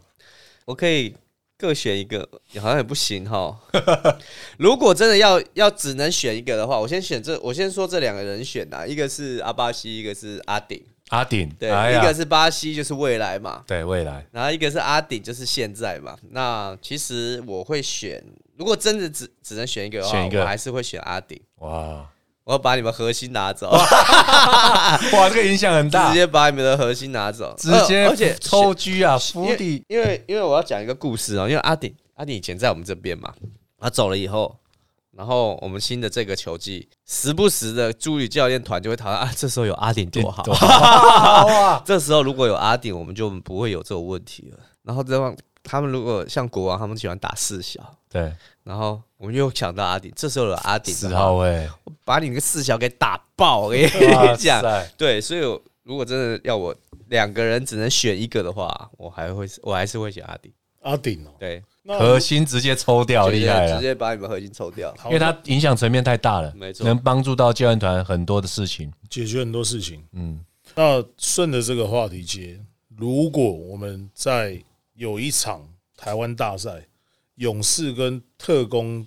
Speaker 4: 我可以各选一个，好像也不行哈。 如果真的要要只能选一个的话，我先选这，我先说这两个人选啊呐，一个是阿巴西，一个是阿顶。
Speaker 3: 阿顶，
Speaker 4: 对，
Speaker 3: 哎
Speaker 4: 一
Speaker 3: 呀
Speaker 4: 个是巴西，就是未来嘛，
Speaker 3: 对未来，
Speaker 4: 然后一个是阿顶，就是现在嘛。那其实我会选，如果真的只只能选一个的话，
Speaker 3: 选一个
Speaker 4: 我还是会选阿顶。
Speaker 3: 哇
Speaker 4: 我要把你们核心拿走，
Speaker 3: 哦 哇，这个影响很大
Speaker 4: 直，接把你们的核心拿走，
Speaker 3: 直
Speaker 4: 呃
Speaker 3: 接
Speaker 4: 而且
Speaker 3: 抽狙啊，
Speaker 4: 因
Speaker 3: 伏
Speaker 4: 为
Speaker 3: 地，
Speaker 4: 因为因为我要讲一个故事啊、因为阿顶阿顶以前在我们这边嘛，他走了以后，然后我们新的这个球季，时不时的助理教练团就会讨论啊，这时候有阿顶多好，
Speaker 3: 哇，
Speaker 4: 这时候如果有阿顶，我们就不会有这种问题了。然后这样，他们如果像国王，他们喜欢打四小，
Speaker 3: 对，
Speaker 4: 然后我们又想到阿顶，这时候有阿顶，
Speaker 3: 四号位，
Speaker 4: 我把你那个四小给打爆，我跟你
Speaker 3: 哇
Speaker 4: 讲。
Speaker 3: 塞
Speaker 4: 对，所以我如果真的要我两个人只能选一个的话，我还会我还是会选阿顶。
Speaker 2: 阿顶哦，
Speaker 4: 对，
Speaker 2: 那
Speaker 3: 核心直接抽掉，
Speaker 4: 直
Speaker 3: 厉
Speaker 4: 接
Speaker 3: 害啊
Speaker 4: 直
Speaker 3: 了。
Speaker 4: 接把你们核心抽掉。
Speaker 2: 好
Speaker 3: 因为他影响层面太大了，
Speaker 4: 没错
Speaker 3: 能帮助到教练团很多的事情。
Speaker 2: 解决很多事情。
Speaker 3: 嗯，
Speaker 2: 那顺着这个话题接，如果我们在有一场台湾大赛，勇士跟特工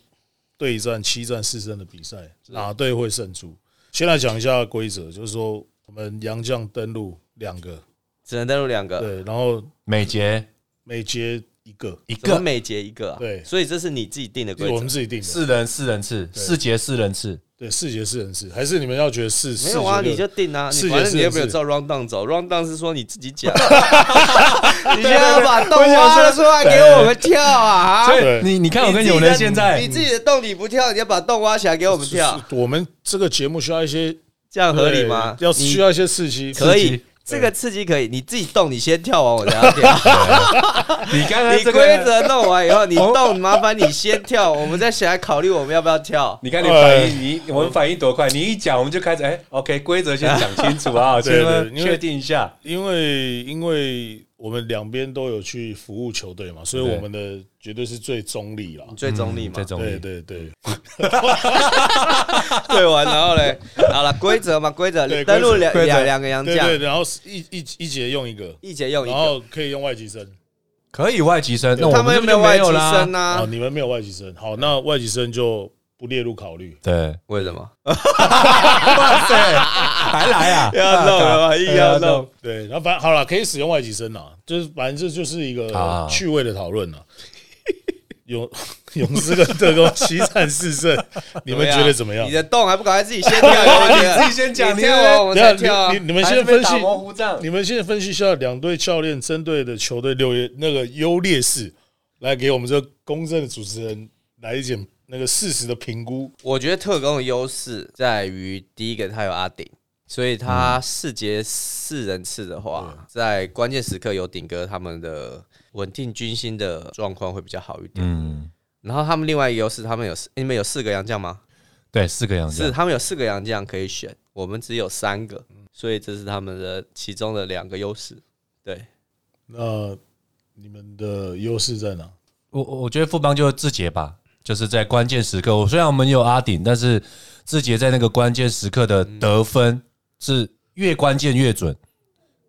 Speaker 2: 对战七战四胜的比赛，哪队会胜出？先来讲一下规则，就是说我们杨将登陆两个，
Speaker 4: 只能登录两个，
Speaker 2: 对，然后
Speaker 3: 美杰
Speaker 2: 每节一个，
Speaker 3: 一
Speaker 4: 怎么
Speaker 3: 个
Speaker 4: 每节一个、啊？
Speaker 2: 对
Speaker 4: 所以这是你自己定的
Speaker 2: 这是
Speaker 4: 规
Speaker 2: 我
Speaker 4: 则
Speaker 2: 们。自己定的，
Speaker 3: 四人四人次，四节四人次，
Speaker 2: 对，四节四人制，还是你们要觉得四
Speaker 4: 没有啊，
Speaker 2: 四节
Speaker 4: 你就定啊，
Speaker 2: 四节
Speaker 4: 你反正
Speaker 2: 四
Speaker 4: 你
Speaker 2: 节
Speaker 4: 又没有
Speaker 2: 四
Speaker 4: 照 round down 走，round down 是说你自己讲，你现在要把洞挖出来给我们跳啊！
Speaker 3: 所
Speaker 4: 啊
Speaker 2: 对
Speaker 3: 以你你看我跟永仁现在
Speaker 4: 你自己的洞你不跳，你要把洞挖起来给我们跳，
Speaker 2: 是我们这个节目需要一些
Speaker 4: 这样合理吗？
Speaker 2: 对要
Speaker 4: 你
Speaker 2: 需要一些刺激，
Speaker 4: 可
Speaker 3: 刺
Speaker 4: 以
Speaker 3: 激，
Speaker 4: 这个刺激可以，你自己动，你先跳完我再跳。
Speaker 3: 你刚刚
Speaker 4: 你
Speaker 3: 这
Speaker 4: 规
Speaker 3: 个，
Speaker 4: 则弄完以后，你动，麻烦你先跳，我们再起来考虑我们要不要 跳。
Speaker 3: 你看你
Speaker 2: 哎
Speaker 3: 反应，你我们反应多快，你一讲我们就开始，哎，OK，规则先讲清楚 啊，
Speaker 2: 对
Speaker 3: 先
Speaker 2: 对因为嗯
Speaker 3: 确定一下，
Speaker 2: 因为因为我们两边都有去服务球队嘛，所以
Speaker 3: 对
Speaker 2: 我们的绝对是最中立啦。
Speaker 4: 最中立嘛
Speaker 3: 这，种
Speaker 2: 对对对，
Speaker 4: 对完然后嘞，好了，规则嘛，规则
Speaker 2: 对
Speaker 4: 登录
Speaker 2: 规则
Speaker 4: 两
Speaker 3: 规则
Speaker 4: 两两个洋
Speaker 2: 对
Speaker 4: 将，
Speaker 2: 对，哦然后一一一节用一个，
Speaker 4: 一节用一
Speaker 2: 然
Speaker 4: 个。
Speaker 2: 后可以用外籍生。
Speaker 3: 可以外籍生，那
Speaker 4: 他
Speaker 3: 我
Speaker 4: 们
Speaker 3: 们
Speaker 4: 又
Speaker 3: 这
Speaker 4: 没
Speaker 3: 边
Speaker 4: 有
Speaker 3: 就
Speaker 4: 外
Speaker 3: 没
Speaker 4: 籍
Speaker 3: 有啦
Speaker 4: 生，
Speaker 2: 哦，
Speaker 4: 啊？
Speaker 2: 你们没有外籍生，好，那外籍生就不列入考虑。
Speaker 3: 对，
Speaker 4: 为
Speaker 2: 啊
Speaker 4: 什么？
Speaker 3: 哇塞，还来啊，
Speaker 4: 要弄了吧，硬要
Speaker 3: 要弄
Speaker 4: 弄。
Speaker 2: 对，然后反正好了，可以使用外籍生啦，就是反正这就是一个
Speaker 3: 啊
Speaker 2: 趣味的讨论啦。 勇 勇士跟特工七战四胜，你们觉得怎么样
Speaker 4: 你？的洞还不赶快自己先 跳？你
Speaker 3: 自己先讲
Speaker 4: 你
Speaker 3: 你
Speaker 4: 跳
Speaker 3: 的
Speaker 4: 完我们再跳啊
Speaker 2: 你！你你们先分析
Speaker 3: 还是被打模糊账
Speaker 2: 你们现在分析一下两队教练针对的球队六月那个优劣势，来给我们这个公正的主持人来一点那个事实的评估。
Speaker 4: 我觉得特工的优势在于，第一个他有阿顶，所以他四节四人次的话，
Speaker 3: 嗯
Speaker 4: 在关键时刻有顶哥他们的稳定军心的状况会比较好一点。
Speaker 3: 嗯，
Speaker 4: 然后他们另外一个优势，他们有四你们有四个洋将吗？
Speaker 3: 对，四个样子
Speaker 4: 是，他们有四个洋将可以选，我们只有三个，
Speaker 3: 嗯
Speaker 4: 所以这是他们的其中的两个优势。对，
Speaker 2: 那你们的优势在哪？
Speaker 3: 我我觉得富邦就是志杰吧，就是在关键时刻，虽然我们有阿顶，但是志杰在那个关键时刻的得分是越关键越准。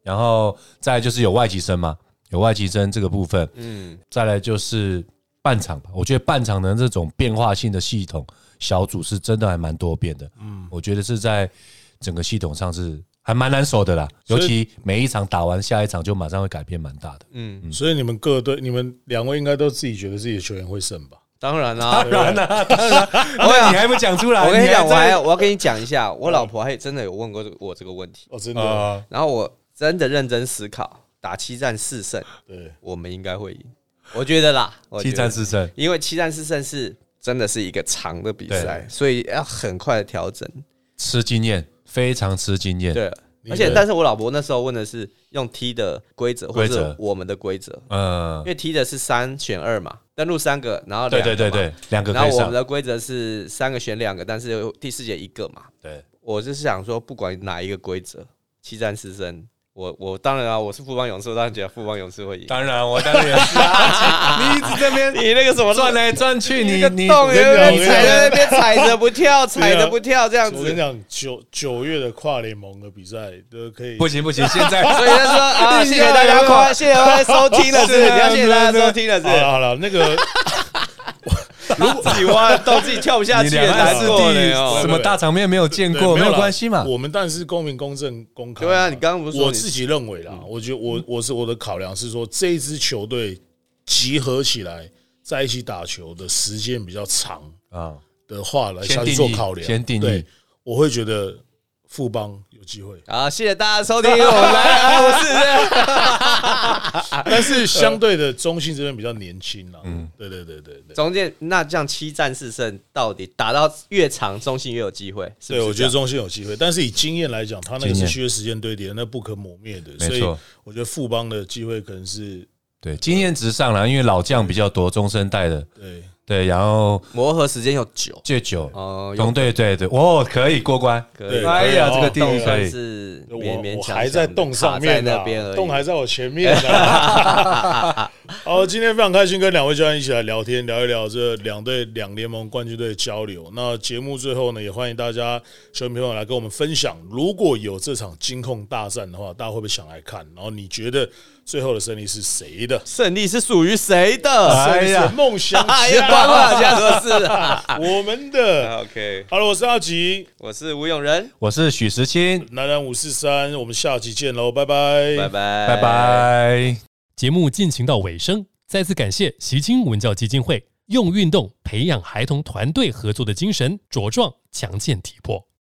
Speaker 3: 然后再来就是有外籍生嘛，有外籍生这个部分，
Speaker 4: 嗯，
Speaker 3: 再来就是半场吧。我觉得半场的这种变化性的系统小组是真的还蛮多变的。嗯，我觉得是在整个系统上是还蛮难守的啦，
Speaker 2: 所
Speaker 3: 尤
Speaker 2: 以
Speaker 3: 其每一场打完下一场就马上会改变蛮大的。
Speaker 4: 嗯
Speaker 2: 所以你们各队，你们两位应该都自己觉得自己的球员会胜吧？
Speaker 4: 当然啦、
Speaker 3: 当然啦、当然啦、
Speaker 4: 想
Speaker 3: 那 你还不讲出来？
Speaker 4: 我跟你讲，我
Speaker 3: 在嗯
Speaker 4: 还我要跟你讲一下，我老婆还真的有问过我这个问题，
Speaker 2: 哦，真的，
Speaker 3: 啊，
Speaker 4: 然后我真的认真思考，打七战四胜，
Speaker 2: 对，
Speaker 4: 我们应该会赢，我觉得啦，我觉
Speaker 3: 七
Speaker 4: 得
Speaker 3: 战，四胜，
Speaker 4: 因为七战四胜是真的是一个长的比赛，
Speaker 3: 对
Speaker 4: 所以要很快的调整。
Speaker 3: 吃经验，非常吃经验。
Speaker 4: 对，
Speaker 2: 你
Speaker 4: 而且，
Speaker 2: 的
Speaker 4: 但是我老婆那时候问的是用 T 的规则，或
Speaker 3: 规则
Speaker 4: 者我们的规则，
Speaker 3: 嗯
Speaker 4: 因，为 T 的是三选二嘛，登录三个，然后
Speaker 3: 对
Speaker 4: 两
Speaker 3: 对
Speaker 4: 个
Speaker 3: 对
Speaker 4: 嘛，
Speaker 3: 对，两个
Speaker 4: 然
Speaker 3: 可以
Speaker 4: 后我
Speaker 3: 上
Speaker 4: 们，的规则是三个选两个，但是有第四节一个嘛。
Speaker 3: 对，
Speaker 4: 我就是想说，不管哪一个规则，七战四胜，我我当然啊，我是富邦勇士，我当然觉得富邦勇士会赢。
Speaker 3: 当然我当然也是 啊，你一直这边
Speaker 4: 你那个什么
Speaker 3: 转来转去，你
Speaker 4: 一个
Speaker 3: 你
Speaker 4: 洞
Speaker 2: 跟你
Speaker 4: 在
Speaker 2: 讲
Speaker 4: 那边踩在那边踩着不跳，踩着不跳这样
Speaker 2: 我跟你
Speaker 4: 子。
Speaker 2: 讲，九九月的跨联盟的比赛都可以
Speaker 3: 不行不行，现 在
Speaker 4: 所以他说 啊，谢谢大家夸，谢谢大家收听了，是不是？你要谢谢大家收听了，是不
Speaker 2: 好
Speaker 4: 是
Speaker 2: 了？好了，那个
Speaker 4: 如果自己挖到自己跳不下
Speaker 3: 你
Speaker 4: 去，
Speaker 3: 两
Speaker 4: 也
Speaker 3: 岸
Speaker 4: 难
Speaker 3: 四
Speaker 4: 过呢
Speaker 3: 地
Speaker 4: 哦
Speaker 3: 什。么大场面没有见
Speaker 2: 对
Speaker 3: 过，没有
Speaker 2: 啦
Speaker 3: 关系嘛。
Speaker 2: 我们但是公平、公正、公开嘛。
Speaker 4: 对啊，你刚刚不是说
Speaker 2: 我
Speaker 4: 你嗯
Speaker 2: 自己认为啦，我觉得我我是我的考量是说，这一支球队集合起来在一起打球的时间比较长
Speaker 3: 啊，
Speaker 2: 的话来
Speaker 3: 先
Speaker 2: 下去
Speaker 3: 定
Speaker 2: 做
Speaker 3: 义
Speaker 2: 考量。
Speaker 3: 先定义
Speaker 2: 对，我会觉得富邦有机会。
Speaker 4: 啊？谢谢大 家收听，我们来啊，我是啊
Speaker 2: 但是
Speaker 4: 呃
Speaker 2: 相对的，中信这边比较年轻啦。嗯，对对对对对。
Speaker 4: 中间那这样七战四胜，到底打到越长，中信越有机会？是不
Speaker 2: 对，
Speaker 4: 是
Speaker 2: 我觉得
Speaker 4: 这
Speaker 2: 中
Speaker 4: 样
Speaker 2: 信有机会，但是以经验来讲，他那个
Speaker 3: 经
Speaker 2: 是
Speaker 3: 验
Speaker 2: 需要时间堆叠，那不可磨灭的。
Speaker 3: 没
Speaker 2: 所以
Speaker 3: 错
Speaker 2: 我觉得富邦的机会可能是
Speaker 3: 对，经验值上了，因为老将比较多，中生代的，
Speaker 2: 对
Speaker 3: 对，然后
Speaker 4: 磨合时间又久
Speaker 3: 戒酒，
Speaker 4: 哦，有
Speaker 3: 同队对对，哦，可以过关，
Speaker 4: 可以
Speaker 2: 对
Speaker 3: 哎呀，这个定
Speaker 4: 动
Speaker 3: 义可
Speaker 4: 算
Speaker 3: 以，
Speaker 4: 是
Speaker 2: 我
Speaker 4: 勉勉
Speaker 2: 我
Speaker 4: 强
Speaker 2: 还在
Speaker 4: 的
Speaker 2: 洞上
Speaker 4: 卡
Speaker 2: 面
Speaker 4: 在
Speaker 2: 呢、
Speaker 4: 那边而已，
Speaker 2: 洞还在我前面呢、 好，今天非常开心跟两位教练一起来聊天，聊一聊这两队两联盟冠军队的交流。那节目最后呢，也欢迎大家球迷朋友来跟我们分享，如果有这场金控大战的话，大家会不会想来看？然后你觉得最后的胜利是谁的？
Speaker 4: 胜利是属于谁的？
Speaker 3: 哎呀
Speaker 2: 胜利是梦想
Speaker 4: 哎
Speaker 2: 家
Speaker 4: 呀，关了，现在说是啊
Speaker 2: 我们的。
Speaker 4: OK，
Speaker 2: 好了，我是阿吉，
Speaker 4: 我是吴永仁，
Speaker 3: 我是许时清，
Speaker 2: 男篮五四三，我们下期见喽，拜拜，
Speaker 4: 拜拜，
Speaker 3: 拜拜。
Speaker 1: 节目进行到尾声，再次感谢习经文教基金会用运动培养孩童团队合作的精神，茁壮强健体魄。